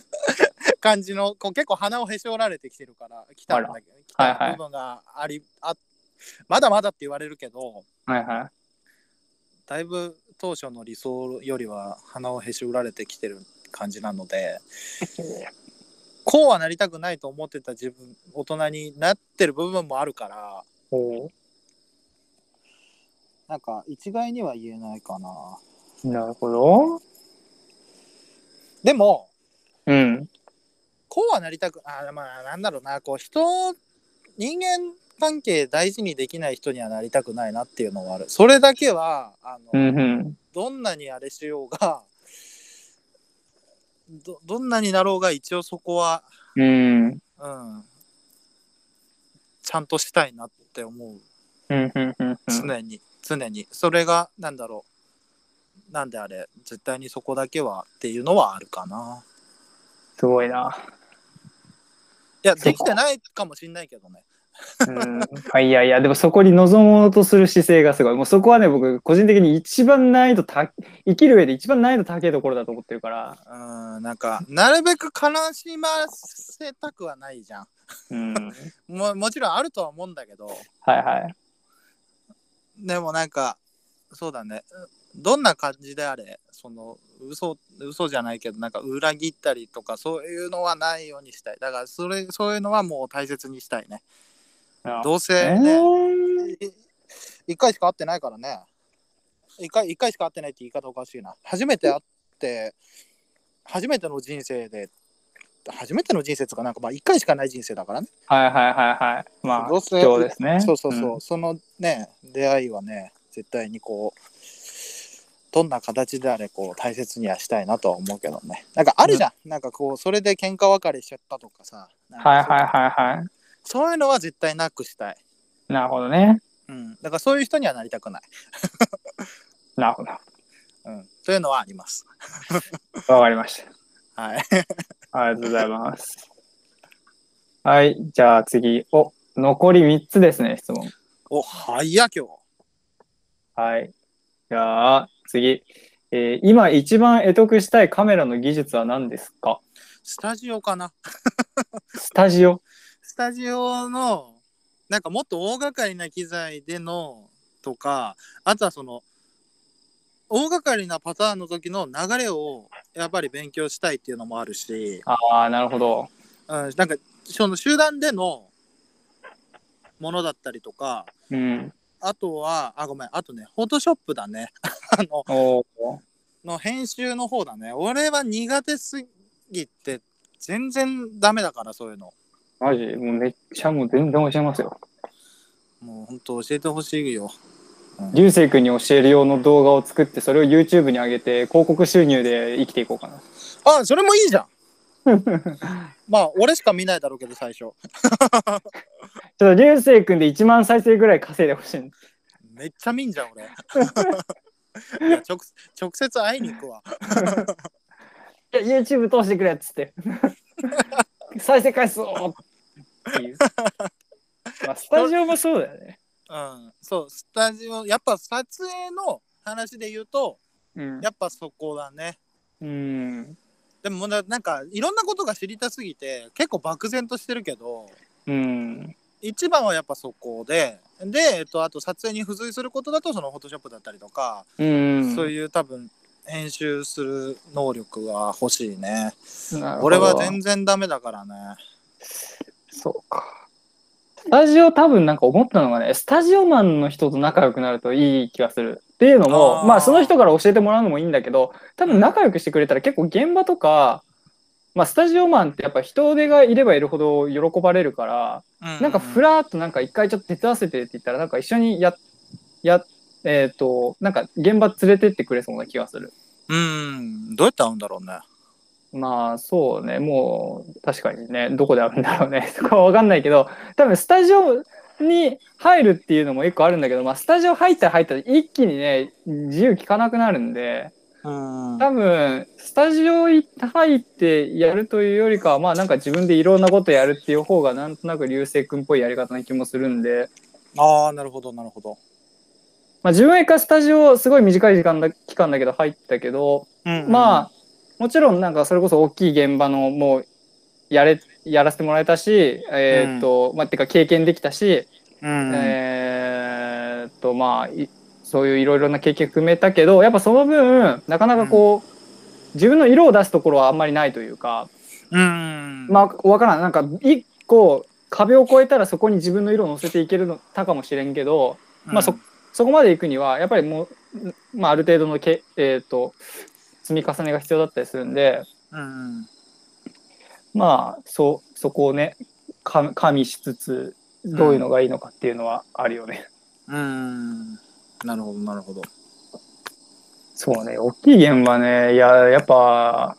B: [LAUGHS] 感じのこう結構鼻をへし折られてきてるから来たんだけど来
A: はいは
B: た
A: い
B: 部分があり、あまだまだって言われるけど
A: はいは
B: だいぶ当初の理想よりは鼻をへし折られてきてる感じな
A: [LAUGHS]
B: のでこうはなりたくないと思ってた自分大人になってる部分もあるから。
A: い。お
B: なんか一概には言えないかな。
A: なるほど。
B: でも、
A: うん。
B: こうはなりたく、あまあ、なんだろうな、こう、人、人間関係大事にできない人にはなりたくないなっていうのはある。それだけは、あの、
A: うんうん。
B: どんなにあれしようが、ど、どんなになろうが一応そこは、
A: うん。うん
B: うん、ちゃんとしたいなって思う。
A: うんうんうん。
B: 常に、常に。それが、なんだろう。なんであれ、絶対にそこだけはっていうのはあるかな。
A: すごいな。
B: いや、できてないかもしんないけどね。
A: うんあいやいやでもそこに臨もうとする姿勢がすごいもうそこはね僕個人的に一番難易度た生きる上で一番難易度高いところだと思ってるから、
B: うん、なんか、なるべく悲しませたくはないじゃん。
A: うん、
B: ももちろんあるとは思うんだけど、
A: はいはい
B: でもなんか、そうだね。どんな感じであれ、その、嘘、嘘じゃないけど、なんか裏切ったりとか、そういうのはないようにしたい。だから、それ、そういうのはもう大切にしたいね。どうせ
A: え
B: ね、
A: ー
B: い一回しか会ってないからね。一回、一回しか会ってないって言い方おかしいな。初めて会って、初めての人生で、初めての人生とか、なんかまあ一回しかない人生だからね。
A: はいはいはいはいまあ
B: どうせ
A: そうですね
B: そうそうそう、そのね、出会いはね、絶対にこう、どんな形であれ、こう、大切にはしたいなとは思うけどね。なんかあるじゃん。なんかこう、それで喧嘩別れしちゃったとかさ。
A: う
B: なんんか
A: はい
B: そう
A: はいはいは
B: そういうのは絶対なくしたい。
A: いなるほどね
B: うん。だからそういう人にはなりたくない。
A: なるほど
B: うん。というのはあります。
A: わかりました
B: はい。 [LAUGHS]
A: ありがとうございますはいじゃあ次お残り3つですね質問
B: お、早いや、今日。
A: はい。じゃあ、次。えー今一番得得したいカメラの技術は何ですか
B: スタジオかな。
A: スタジオ。
B: スタジオの、なんかもっと大掛かりな機材でのとか、あとはその、大掛かりなパターンの時の流れをやっぱり勉強したいっていうのもあるし、
A: ああ、なるほど。
B: うん、なんかその集団でのものだったりとか、
A: うん。
B: あとは、あ、ごめん、あとね、フォトショップだね。 [LAUGHS] あの、
A: おー
B: の編集の方だね。俺は苦手すぎて、全然ダメだから、そういうの。
A: マジもうめっちゃもう全然教えますよ。
B: もう本当教えてほしいよ。
A: 流星君に教える用の動画を作ってそれを YouTube に上げて広告収入で生きていこうかな。
B: あ、それも
A: [LAUGHS]
B: いいじゃん。まあ、俺しか見ないだろうけど、最初。
A: ちょっと流星君で1万再生ぐらい稼いでほしい。
B: めっちゃ見んじゃん、
A: [LAUGHS]
B: 俺。いや直直接会いに行くわ。
A: いや YouTube 通してくれっつって [LAUGHS] 再生回数をっていう、まあ、スタジオもそうだよね
B: うん、そう、スタジオ、やっぱ撮影の話で言うと、
A: うん
B: やっぱそこだね。
A: うん
B: でもななんかいろんなことが知りたすぎて結構漠然としてるけど
A: うん
B: 一番はやっぱそこでで、えっと、あと撮影に付随することだとそのフォトショップだったりとか、
A: うん
B: そういう多分編集する能力が欲しいね
A: なるほど
B: 俺は全然ダメだからね
A: そうかスタジオ多分なんか思ったのがねスタジオマンの人と仲良くなるといい気がするっていうのも
B: あー
A: まあその人から教えてもらうのもいいんだけど多分仲良くしてくれたら結構現場とかまあスタジオマンってやっぱ人手がいればいるほど喜ばれるからなんかふ
B: ラ
A: らーっとなんか一回ちょっと手伝わせてって言ったらなんか一緒にややえっ、となんか現場連れてってくれそうな気がする
B: うんどうやって会うんだろうね
A: まあそうねもう確かにねどこで会うんだろうね [LAUGHS] そこは分かんないけど多分スタジオに入るっていうのも一個あるんだけど、まあ、スタジオ入ったら入ったら一気にね自由聞かなくなるんで
B: うん
A: 多分スタジオに入ってやるというよりかはまあなんか自分でいろんなことやるっていう方がなんとなく流星君っぽいやり方な気もするんで。
B: ああなるほどなるほど、
A: まあ、自分は一回スタジオすごい短い時間だ期間だけど入ったけど、
B: うん
A: まあもちろんなんかそれこそ大きい現場のもうやれやらせてもらえたし、えーっとまあ、てか経験できたし、
B: うん
A: えーっとまあいそういういろいろな経験含めたけどやっぱその分なかなかこう、自分の色を出すところはあんまりないというか、
B: うん
A: まあ分からんなんか一個壁を越えたらそこに自分の色を乗せていけるのたかもしれんけどまあそそこまで行くにはやっぱりもう、まあ、ある程度のけ、えー、と積み重ねが必要だったりするんで
B: うん
A: まあそそこをねか加味しつつどういうのがいいのかっていうのはあるよね。
B: うんなるほどなるほど
A: そうね大きい現場ねいややっぱ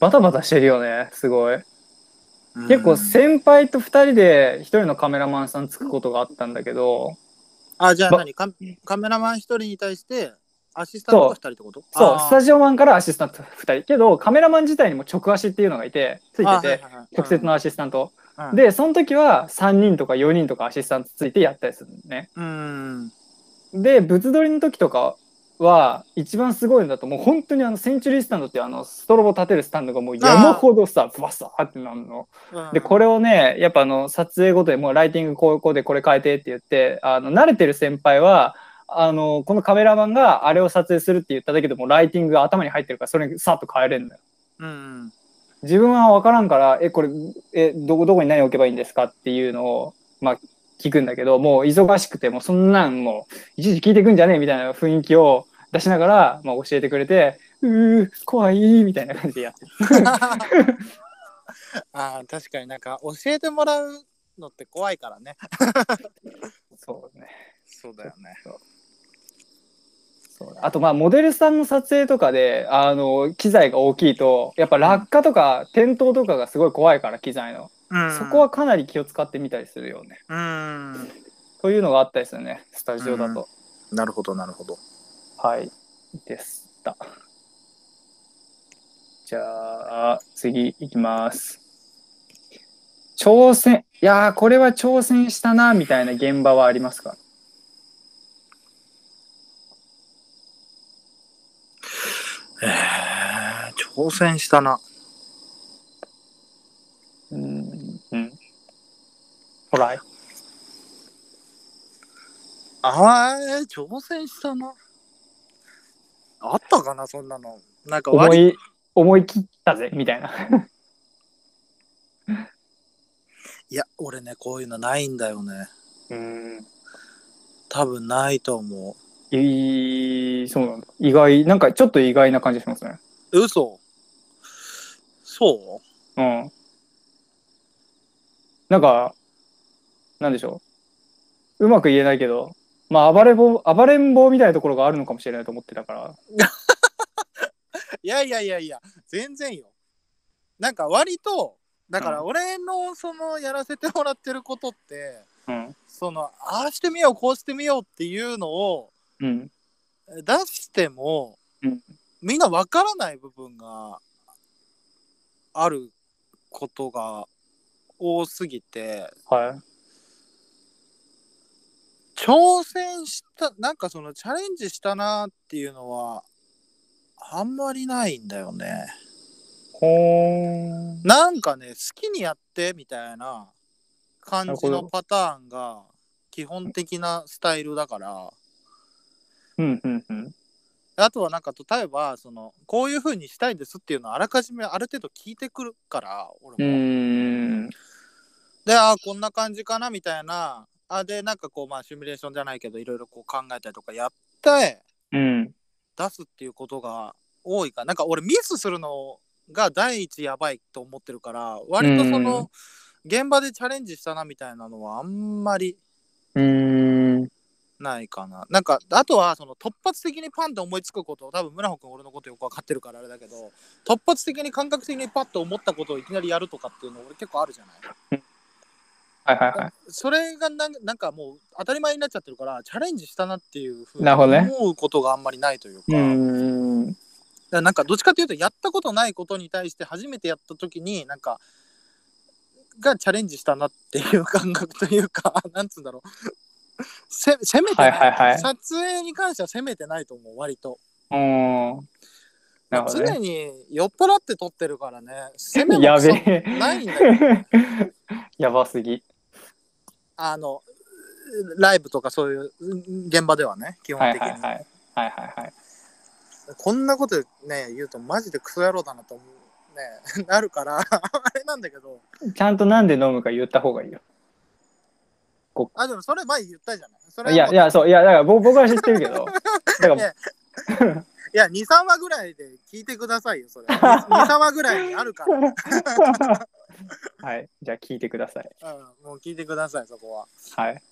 A: バタバタしてるよねすごい。結構先輩と2人で1人のカメラマンさんつくことがあったんだけど
B: あ、じゃあ
A: ば
B: 何カカメラマン一人に対して、アシスタントが二人ってこと
A: そうスタ
B: ジ
A: ジオマンからアシスタント2人けどカメラマン自体にも直足っていうのがいてついてて。直接のアシスタント、
B: うん
A: でその時は3人とか4人とかアシスタントついてやったりするのね
B: うん。
A: で物撮りの時とかは一番すごいのだともう本当にあのセンチュリースタンドっていうあのストロボ立てるスタンドがもう山ほどさバサーってなるのでこ
B: れ、
A: れをねやっぱあの撮影ごとでもうライティングこうこうでこれ変えてって言ってあの慣れてる先輩はあのこのカメラマンがあれを撮影するって言っただけでもうライティングが頭に入ってるからそれにさっと変えれるんだよ [LAUGHS]
B: うん。
A: 自分は分からんから「えこれえどこどこに何置けばいいんですか?」っていうのを、まあ、聞くんだけどもう忙しくてもうそんなんもういちいち聞いてくんじゃねえみたいな雰囲気を出しながら、まあ、教えてくれて「うー怖い」みたいな感じでやってる
B: あー確かになんか教えてもらうのって怖いからね。
A: そうね
B: そうだよね。
A: そうあとまあモデルさんの撮影とかであの機材が大きいとやっぱ落下とか転倒とかがすごい怖いから機材の、
B: うん
A: そこは、かなり気を使ってみたりするよね
B: うん。
A: というのがあったりするねスタジオだと、
B: なるほど、なるほど。
A: はい、でした。じゃあ、次いきます。挑戦、いやー、これは挑戦したな、みたいな現場はありますか
B: えー、挑戦したな。
A: うん。うん。トライ
B: あー、挑戦したな。あったかな、そんなの。なんか
A: 思
B: 割
A: い、思い切ったぜ、みたいな。
B: いや、俺ね、こういうのないんだよね。
A: うん。
B: 多分ないと思
A: いいそうなんだ意外なんかちょっと意外な感じしますね
B: う。嘘そ
A: うんなんかなんでしょううまく言えないけどまあ暴れぼ暴れん坊みたいなところがあるのかもしれないと思ってたから
B: ういやいやいやいや、全然よ。なんか割と、だから俺のそのやらせてもらってることって、
A: うん
B: そのああしてみよう、こうしてみようっていうのを
A: うん
B: 出しても、
A: うん
B: みんなわからない部分があることが多すぎて、
A: はい
B: 挑戦したなんかそのチャレンジしたなっていうのはあんまりないんだよね
A: ほーん
B: なんかね好きにやってみたいな感じ
A: なる
B: の
A: ほど
B: パターンが基本的なスタイルだから
A: うんうんうん
B: あとはなんか例えばそのこういう風にしたいんですっていうのをあらかじめある程度聞いてくるから
A: う
B: 俺も、
A: ーん
B: であーこんな感じかなみたいなあでなんかこうまあシミュレーションじゃないけどいろいろこう考えたりとかやって
A: うん
B: 出すっていうことが多いかなんか俺ミスするのが第一やばいと思ってるから割とその現場でチャレンジしたなみたいなのはあんまり
A: うーん
B: ないかななんかあとはその突発的にパンと思いつくこと多分村穂君俺のことよく分かってるからあれだけど突発的に感覚的にパッと思ったことをいきなりやるとかっていうの俺結構あるじゃない
A: はいはいはい
B: それがなんなんかもう当たり前になっちゃってるからチャレンジしたなっていうふうに
A: なるほどね
B: 思うことがあんまりないというか。
A: うーん
B: だからなんかどっちかというとやったことないことに対して初めてやった時になんかがチャレンジしたなっていう感覚というか [LAUGHS] なんつうんだろうせ攻めてない,、
A: はいはいはい
B: 撮影に関しては攻めてないと思う割と、
A: うーんなるほどね
B: 常に酔っ払って撮ってるからね攻め
A: [LAUGHS]
B: も
A: や
B: クソ
A: べえ。
B: ないんだよ [LAUGHS]
A: やばすぎ。
B: あのライブとかそういううん現場ではね基
A: は
B: 本
A: い
B: 的
A: は
B: に、
A: いはい。はいはいはい。
B: こんなことね言うとマジでクソ野郎だなと思うね [LAUGHS] なるからあれなんだけど
A: ちゃんとなんで飲むか言った方がいいよ。
B: あでもそれ前言ったじゃないそれはい
A: や
B: もう
A: いや、そう、いや、だから僕僕は知ってるけ
B: [LAUGHS]
A: ど。だから
B: いや、いや、2、3話ぐらいで聞いてください [LAUGHS] よ、それ。2、3話ぐらいにあるから、
A: [LAUGHS] はい。じゃあ聞いてください。
B: うん、もう聞いてください、そこは。
A: はい。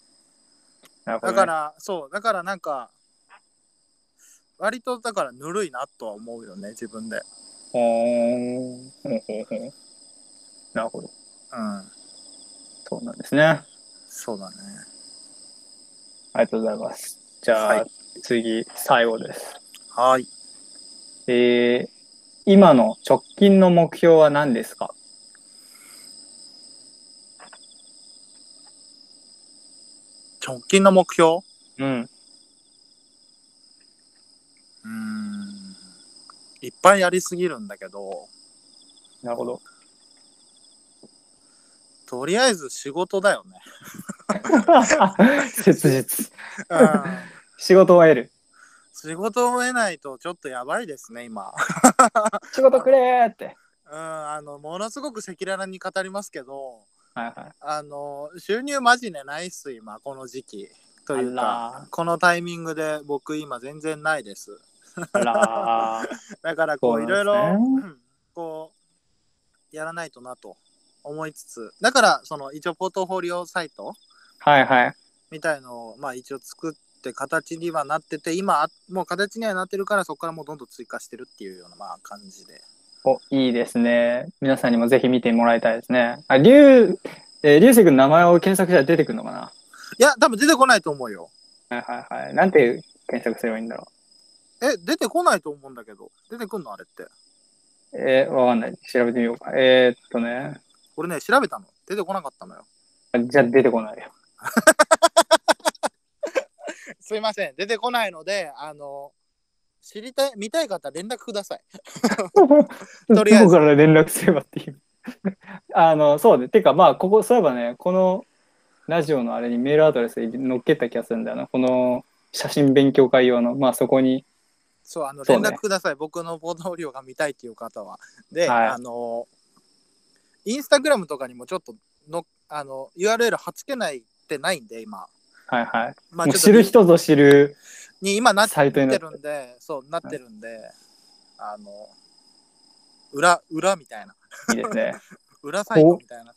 A: なるほど
B: だ
A: ね、
B: から、そう、だからなんか、割とだからぬるいなとは思うよね、自分で。
A: ほーんほんほんほんなるほど。
B: うん、
A: そうなんですね。あ
B: そうだね。
A: りがとうございます。じゃあ、
B: はい
A: 次、最後です。
B: はい。
A: えー、今の直近の目標は何ですか
B: 直近の目標
A: うん。
B: うーん、いっぱいやりすぎるんだけど、
A: なるほど。
B: とりあえず仕事だよね。
A: [LAUGHS] 切実。
B: うん、
A: 仕事を得る。
B: 仕事を得ないとちょっとやばいですね、今。
A: 仕事くれーって。
B: うん、あの、ものすごく赤裸々に語りますけど、
A: はいはい。
B: あの収入マジでないっす今この時期という
A: あら
B: かこのタイミングで僕今全然ないです
A: あらー。
B: だからこう
A: そう
B: い
A: な
B: ろ
A: ん
B: い
A: です
B: ろ
A: ね
B: うんこうやらないとなと思いつつだからその一応ポートフォリオサイト
A: はいはい。
B: みたいのをまあ一応作って形にはなってて今あもう形にはなってるからそこからもうどんどん追加してるっていうようなまあ感じで
A: お、いいですね。皆さんにもぜひ見てもらいたいですね。あ、りゅう、えー、りゅうせいくんの名前を検索したら出てくるのかない
B: や多分出てこないと思うよ
A: はいはいはい。なんて検索すればいいんだろ
B: え出てこないと思うんだけど出てくんのあれって
A: う。えー、わかんない。調べてみようか。えー、っとね。
B: 俺ね調べたの出てこなかったのよ
A: あじゃあ出てこないよ。
B: すいません、出てこないので、あの、知りたい、見たい方、連絡ください。
A: ど
B: [LAUGHS] とりあえず
A: こから連絡すればっていう。 [LAUGHS] あの、そうで。てか、まあ、ここ、そういえばね、このラジオのあれにメールアドレス載っけた気がするんだよな。この写真勉強会用の、まあそこに。
B: そう、あの、
A: そう
B: 連
A: ね
B: 絡ください。僕のポートフォリオが見たいっていう方は。で、
A: はい
B: あの、インスタグラムとかにもちょっとの、あの、URL 貼っつけないってないんで、今。
A: はいはい。
B: まあ
A: もう
B: ち
A: 知
B: ょ
A: る
B: っと
A: 人ぞ知る
B: に今なって
A: サイトになっ
B: って
A: て
B: るんで、そう、なってるんで、あの、裏、裏みたいな。
A: いいですね。
B: 裏サイトみたいな。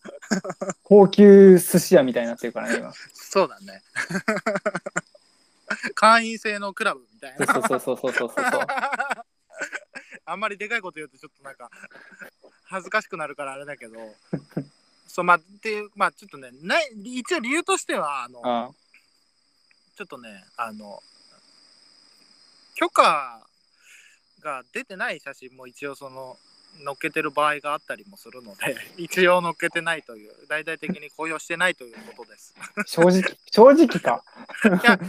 A: 高級寿司屋みたいになってるからね、今。
B: そうだね。 [LAUGHS] 会員制のクラブみたいな。 [LAUGHS]
A: そうそうそうそうそうそうそう。
B: あんまりでかいこと言うとちょっとなんか恥ずかしくなるからあれだけどそうまあっていうまあちょっとねない一応理由としてはあの
A: あ
B: ちょっとねあの許可が出てない写真も一応その載っけてる場合があったりもするので [LAUGHS] 一応載っけてないという大々的に公表してないということです
A: 正直、正直か。
B: い
A: [LAUGHS]
B: や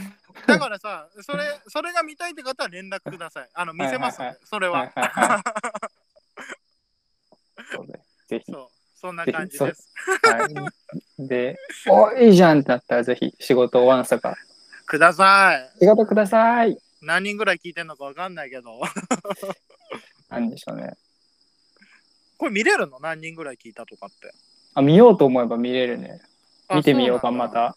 B: だからさそれそれが見たいって方は連絡くださいあの見せますんで、
A: はいは
B: それは、
A: はいはいはい。そうねぜひ。
B: そうそんな感じです
A: はい、で、おいいじゃんってなったら、ぜひ仕事をわんさか。
B: ください
A: 仕事ください。
B: 何人ぐらい聞いてんのかわかんないけど [LAUGHS]
A: なんでしょうね。
B: これ見れるの何人ぐらい聞いたとかって
A: あ、見ようと思えば見れるね。
B: あ
A: 見てみようか、
B: そな
A: ま
B: ん
A: た。
B: だ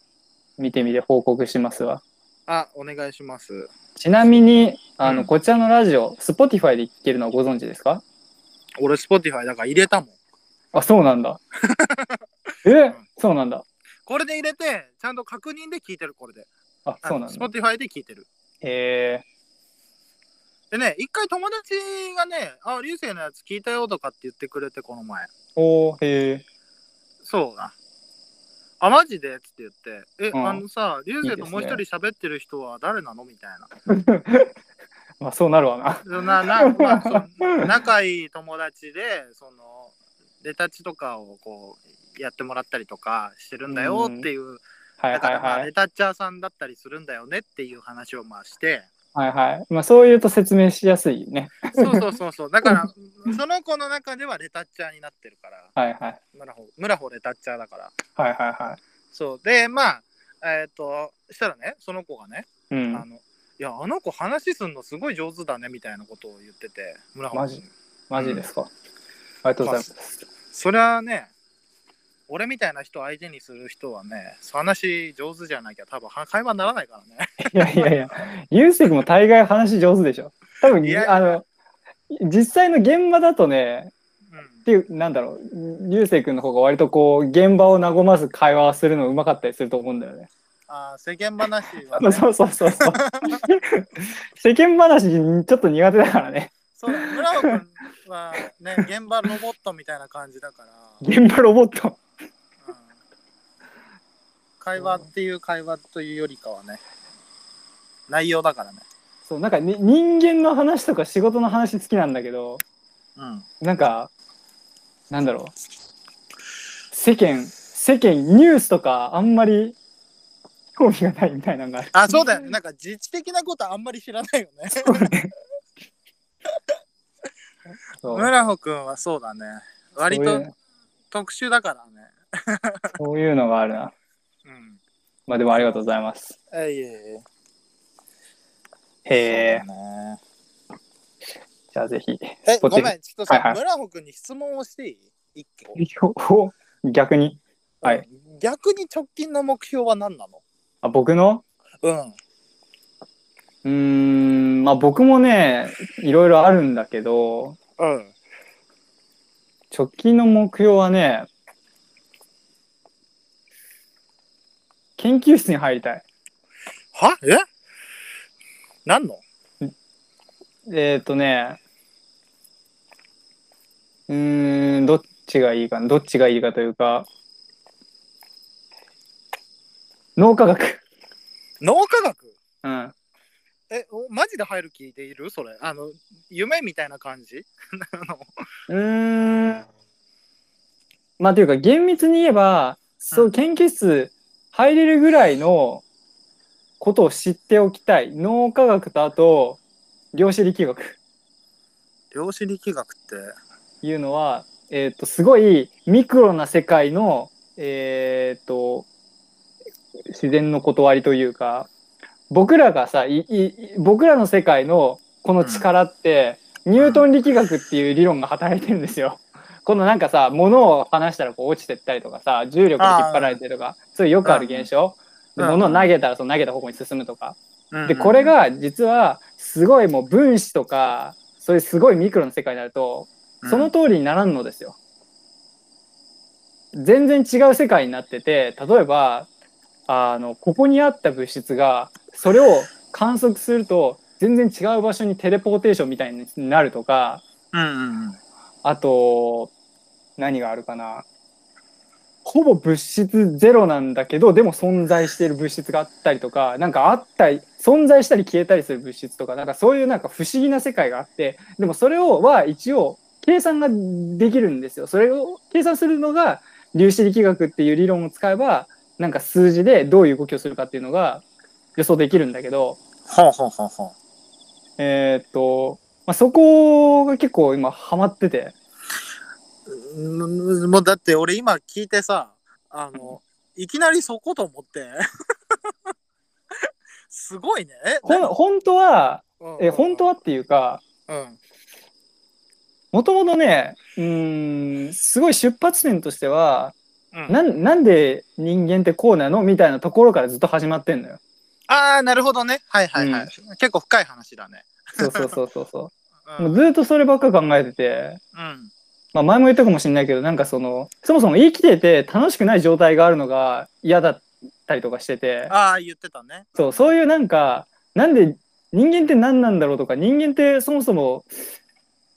A: 見てみて報告しますわ。
B: あお願いします
A: ちなみに、あの、
B: うん
A: こちらのラジオ、Spotify で聴けるのはご存知ですか
B: 俺 Spotify だから入れたもん
A: あ、そうなん [LAUGHS] だ。えそうなんだ。
B: これで入れてちゃんと確認で聞いてるこれで
A: あ、
B: あ
A: そうなんだ。
B: Spotify で聞いてる
A: え
B: でね一回友達がね「あ流星のやつ聞いたよ」とかって言ってくれてこの前
A: ー、おー、へー。
B: そうだあマジでっつって言って「え、
A: うん
B: あのさ流星ともう一
A: いい
B: 人喋ってる人は誰なの?」みたいな
A: まあ、そうなるわな。
B: そ
A: [LAUGHS]
B: んなな、まあそう、仲いい友達でそのレタッチとかをこうやってもらったりとかしてるんだよっていう、
A: はい
B: だか
A: はい
B: らまあ
A: はい
B: レ。タッチャーさんだったりするんだよねっていう話をま
A: [LAUGHS]
B: あして
A: はいはい。まあ、そういうと説明しやすいね。
B: そうそうそうそうだからその子の中ではレタッチャーになってるから
A: はいはい。
B: 村穂村穂レタッチャーだから
A: はいはいは
B: そうでまあえっ、としたらねその子がね、
A: い。うん。
B: あのいやあの子話すんのすごい上手だねみたいなことを言ってて村穂
A: マジマジですか。ありがとうございます。
B: そりゃね俺みたいな人を相手にする人はね話上手じゃなきゃ多分は会話にならないからね [LAUGHS]
A: いやいやいや、ユースも大概話上手でしょ。多分
B: いや
A: あの、実際の現場だとね、っていう、なんだろう、流星君の方が割とこう、現場を和ます会話をするのうまかったりすると思うんだよね。
B: あー世間話
A: [LAUGHS]
B: は、
A: そう
B: ね、
A: そうそうそう。世間話ちょっと苦手だからね。
B: そうだ村尾君は
A: [LAUGHS]
B: ね現場ロボットみたいな感じだから、うん
A: 現場ロボット。
B: 会話っていう会話というよりかはね内容だからね
A: そう、なんかに人間の話とか仕事の話好きなんだけど、
B: うん
A: なんか、なんだろう。世間、世間、ニュースとかあんまり興味がないみたいなのがある。 [LAUGHS]
B: あそうだよねなんか自治的なことあんまり知らないよね
A: そう
B: 村尾君はそうだね割
A: そう
B: と
A: いう
B: 特殊だからね
A: そういうのがあるな。
B: うん
A: まあでもありがとうございます。
B: えいえいえ
A: へえ
B: そう、だね
A: じゃあぜ
B: [LAUGHS]
A: ひ。
B: え、ごめ
A: Spotify
B: ん、ちょっとさ、
A: はいはい
B: 村穂君に質問をしていい一個。
A: お逆にはい
B: うん。逆に直近の目標は何なの
A: あ僕の
B: うん。
A: うーんまあ僕もねいろいろあるんだけど
B: うん。
A: 直近の目標はね研究室に入りたい
B: はえ何の
A: えっ、ー、とねうーんどっちがいいかなどっちがいいかというか脳科学
B: 脳科学
A: うん
B: え、おマジで入る気でいるそれ。あの、夢みたいな感じ
A: うーんまあというか厳密に言えばそううん研究室入れるぐらいのことを知っておきたい脳科学とあと量子力学
B: 量子力学って。
A: いうのは、えー、とすごいミクロな世界の、えー、と自然の断りというか僕らがさいいい僕らの世界のこの力って、ニュートン力学っていう理論が働いてるんですよ。このなんかさ物を離したらこう落ちてったりとかさ重力で引っ張られてとかそういうよくある現象、で
B: うん
A: 物を投げたらその投げた方向に進むとか。
B: うん
A: でこれ、が実はすごいもう分子とかそういうすごいミクロの世界になると
B: うん
A: その通りにならんのですよ。全然違う世界になってて例えばあのここにあった物質がそれを観測すると全然違う場所にテレポーテーションみたいになるとか
B: うんうんうん、
A: あと何があるかなほぼ物質ゼロなんだけどでも存在している物質があったりとかなんかあったり存在したり消えたりする物質とかなんかそういうなんか不思議な世界があってでもそれをは一応計算ができるんですよ。それを計算するのが粒子力学っていう理論を使えばなんか数字でどういう動きをするかっていうのが予想できるんだけど
B: ほうほうほうほう
A: えーっと、まあ、そこが結構今ハマってて。
B: うんもうだって俺今聞いてさあのいきなりそこと思って [LAUGHS] すごいねえ
A: ほん本当は
B: うん
A: え本当はっていうか
B: うん
A: もともとねうーんすごい出発点としては
B: うん、
A: なんなんで人間ってこうなのみたいなところからずっと始まってんのよ。
B: ああなるほどねはいはいはい、
A: うん
B: 結構深い話だね、
A: そうそうそうそうそうう。もうん
B: [LAUGHS]
A: ずっとそればっか考えてて、
B: うん、
A: まあ、前も言ったかもしれないけどなんかそのそもそも生きてて楽しくない状態があるのが嫌だったりとかしてて
B: ああ言ってたね
A: そうそういうなんかなんで人間って何なんだろうとか人間ってそもそも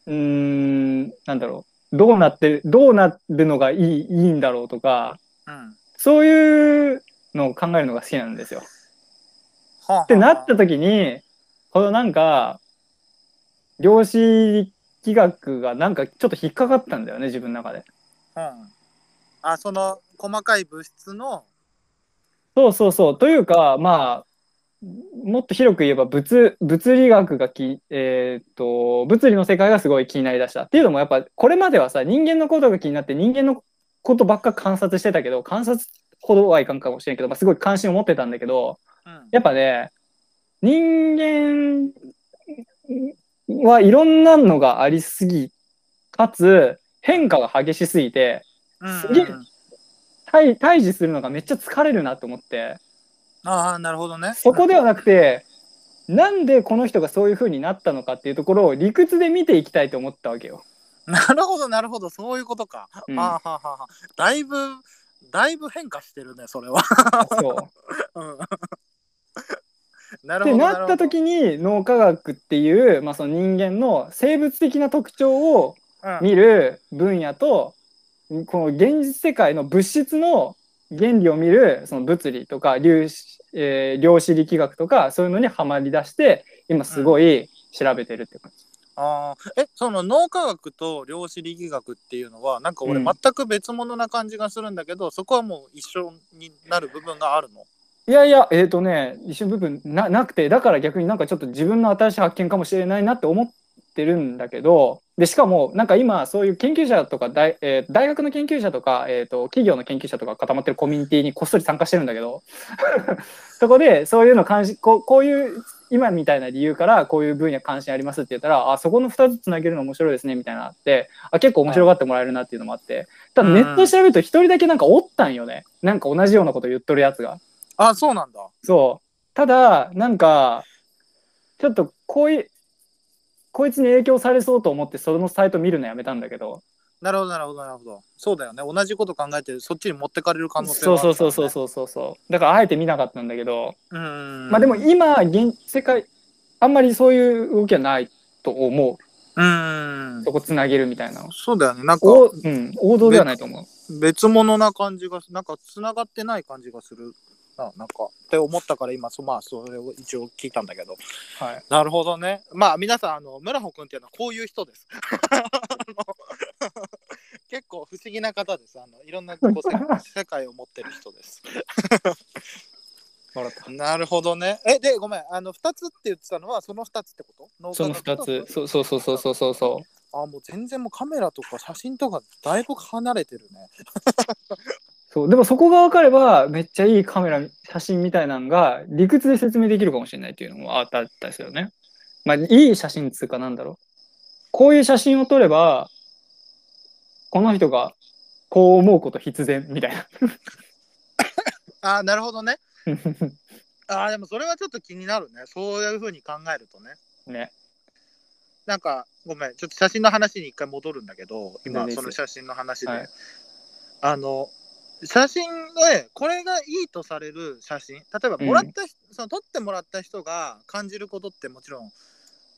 A: うーんなんだろうどうなってるどうなるのがいいいいんだろうとか
B: うん
A: そういうのを考えるのが好きなんですよ。
B: はあ
A: ってなった時にこのなんか量子力学がなんかちょっと引っかかったんだよね自分の中で。
B: うん、あその細かい物質の
A: そうそうそう。というか、まあ、もっと広く言えば物、物理学がき、えーっと、物理の世界がすごい気になりだした。っていうのも、やっぱ、これまではさ、人間のことが気になって、人間のことばっか観察してたけど、観察ほどはいかんかもしれんけど、まあ、すごい関心を持ってたんだけど、
B: うん
A: やっぱね、人間はいろんなのがありすぎ、かつ、変化が激しすぎて、
B: うん
A: すげえ
B: うん
A: 対対峙するのがめっちゃ疲れるなと思って。
B: ああなるほどね
A: そこではなくて、なんでこの人がそういう風になったのかっていうところを理屈で見ていきたいと思ったわけよ。
B: なるほどなるほどそういうことか、
A: うん
B: ああはあはあはあだいぶだいぶ変化してるねそれは [LAUGHS]
A: そ
B: うんな
A: う
B: る
A: って
B: ほど
A: なった時に脳科学っていう、まあ、その人間の生物的な特徴を
B: なるほどうん
A: 見る分野とこの現実世界の物質の原理を見るその物理とか粒子,、えー量子力学とかそういうのにはまりだして今すごい調べてるって感じ。
B: あーえその脳科学と量子力学っていうのはなんか俺
A: うん
B: 全く別物な感じがするんだけど、そこはもう一緒になる部分があるの
A: いやいや、えっ、とね、一緒部分ななくて、だから逆になんかちょっと自分の新しい発見かもしれないなって思ってるんだけど、で、しかも、なんか今、そういう研究者とか大、えー大学の研究者とか、えっ、と、企業の研究者とか固まってるコミュニティにこっそり参加してるんだけど、 [LAUGHS] そこで、そういうの関心、こうこういう、今みたいな理由から、こういう分野関心ありますって言ったら、あ、そこの2つつなげるの面白いですね、みたいなのあって、あ、結構面白がってもらえるなっていうのもあって、ただネットで調べると一人だけなんかおったんよね。なんか同じようなこと言っとるやつが。
B: あそうなんだ
A: そう。ただ、なんか、ちょっとこういう、こいつに影響されそうと思って、そのサイト見るのやめたんだけど、
B: なるほどなるほどなるほどそうだよね同じこと考えてそっちに持ってかれる可能性
A: そ
B: は
A: う
B: あるから
A: そう
B: ね
A: そうそうそうそうそう。だから、あえて見なかったんだけど、
B: うーん
A: まあでも
B: う
A: 今、現世界、あんまりそういう動きはないと思
B: ー
A: う。
B: ん
A: そこつなげるみたいな。
B: そうだよねなんか
A: おうん、王道ではないと思う。
B: 別物な感じがすなんかつながってない感じがするななんかって思ったから今そまあそれを一応聞いたんだけど
A: はい。
B: なるほどねまあ皆さんあの村穂君っていうのはこういう人です [LAUGHS] あの [LAUGHS] 結構不思議な方ですあのいろんなこう世世界を持ってる人です
A: 笑った。
B: なるほどねえでごめんあの2つって言ってたのはその2つってこと脳科
A: その
B: 学と
A: 2つ。そうそうそうそうそうそうそ
B: あもう全然もうカメラとか写真とかだいぶ離れてるね
A: う。そうでもそこが分かればめっちゃいいカメラ写真みたいなのが理屈で説明できるかもしれないっていうのもあったりするよね。まあいい写真っつうかなんだろう。こういう写真を撮ればこの人がこう思うこと必然みたいな。
B: あーなるほどね。ああ、でもそれはちょっと気になるね。そういうふうに考えるとね。
A: ね。
B: なんか、ごめん、ちょっと写真の話に一回戻るんだけど、
A: 全然
B: 今、
A: いいで
B: そ
A: す
B: の写真の話で。
A: はい
B: あの、写真で、これがいいとされる写真、例えば、
A: うん
B: もらった人、その撮ってもらった人が感じることって、もちろん、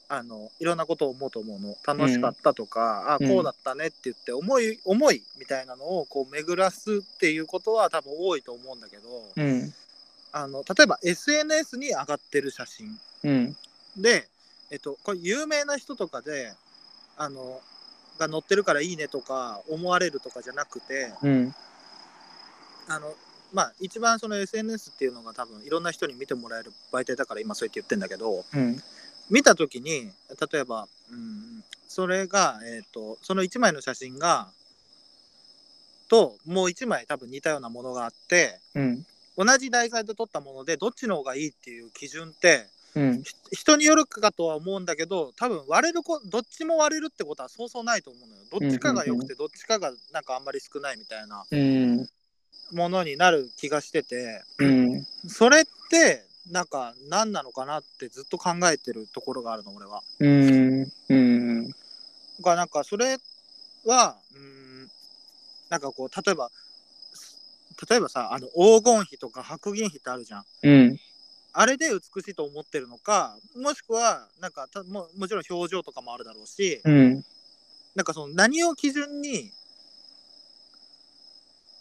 B: あの、いろんなことを思うと思うの。楽しかったとか、
A: うん
B: あこうだったねって言って、思い、思いみたいなのを、こう、巡らすっていうことは多分多いと思うんだけど、
A: うん。
B: あの、例えば SNS に上がってる写真。
A: うん。
B: で、えっと、これ有名な人とかであのが載ってるからいいねとか思われるとかじゃなくて
A: うん。
B: あの、まあ、一番その SNS っていうのが多分いろんな人に見てもらえる媒体だから今そうやって言ってんだけど
A: うん。
B: 見た時に例えば、うん、それが、えっとその1枚の写真がともう1枚多分似たようなものがあって
A: うん。
B: 同じ題材で撮ったものでどっちの方がいいっていう基準って
A: うん。
B: ひ人によるかとは思うんだけど多分割れるこどっちも割れるってことはそうそうないと思うのよどっちかが良くてどっちかがなんかあんまり少ないみたいな
A: うん。
B: ものになる気がしてて
A: うん。
B: それってなんか何なのかなってずっと考えてるところがあるの俺は。
A: うん。うん。
B: がなんかそれはうーんなんかこう例えば例えばさあの黄金比とか白銀比ってあるじゃん。
A: うん。
B: あれで美しいと思ってるのかもしくはなんかたももちろん表情とかもあるだろうし、
A: うん。
B: なんかその何を基準に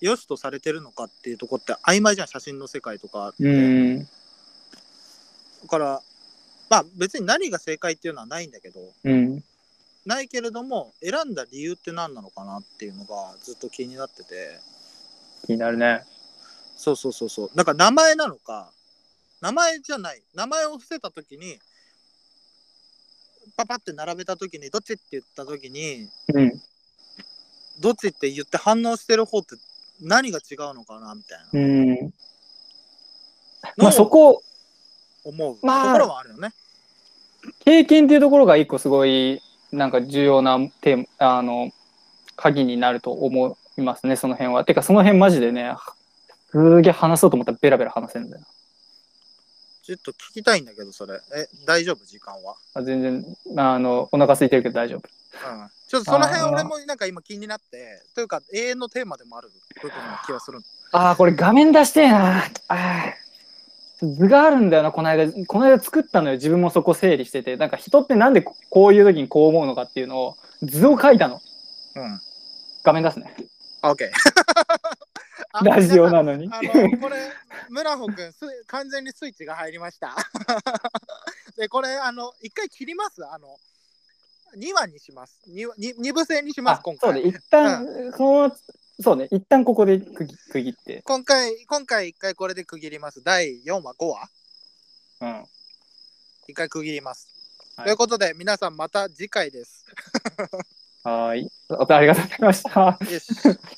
B: 良しとされてるのかっていうとこって曖昧じゃん写真の世界とかって、
A: うん。
B: だからまあ別に何が正解っていうのはないんだけど
A: うん。
B: ないけれども選んだ理由って何なのかなっていうのがずっと気になってて
A: 気になるね。
B: そうそうそうそうだから名前なのか名前じゃない名前を伏せた時にパパって並べた時にどっちって言った時に
A: うん。
B: どっちって言って反応してる方って何が違うのかなみたいな。
A: うん。ま
B: の
A: あそこ、
B: 思うとこ
A: まあ
B: ろはあるよね。
A: 経験っていうところが一個すごい、なんか重要なテーマ、あの、鍵になると思いますね、その辺は。てか、その辺マジでね、すげえ話そうと思ったらベラベラ話せるんだよ。
B: ちょっと聞きたいんだけど、それ。え、大丈夫時間は。
A: あ全然、あの、お腹空いてるけど大丈夫。
B: うん。ちょっとその
A: あー
B: 辺俺もなんか今気になって、というか永遠のテーマでもある部分な気がする。
A: ああ、これ画面出してえな。ああ。図があるんだよな、この間。この間作ったのよ、自分もそこ整理してて。なんか人ってなんでここういう時にこう思うのかっていうのを、図を書いたの。
B: うん。
A: 画面出すね。
B: オ
A: [LAUGHS]
B: ッケー。あ
A: ラジオなのに
B: 皆。さんあの、これ、村穂くん、す完全にスイッチが入りました。 [LAUGHS] で、これ、あの、一回切ります。あの、2話にします。2, 二二部制にします、
A: あ
B: 今
A: そう
B: 回。
A: ね、一旦、この、そうね、一旦ここで区切区切って。
B: 今回、今回一回これで区切ります。第4話、5話
A: うん。
B: 一回区切ります。
A: はい
B: ということで、皆さんまた次回です。
A: はーい。あありがとうございました。
B: よし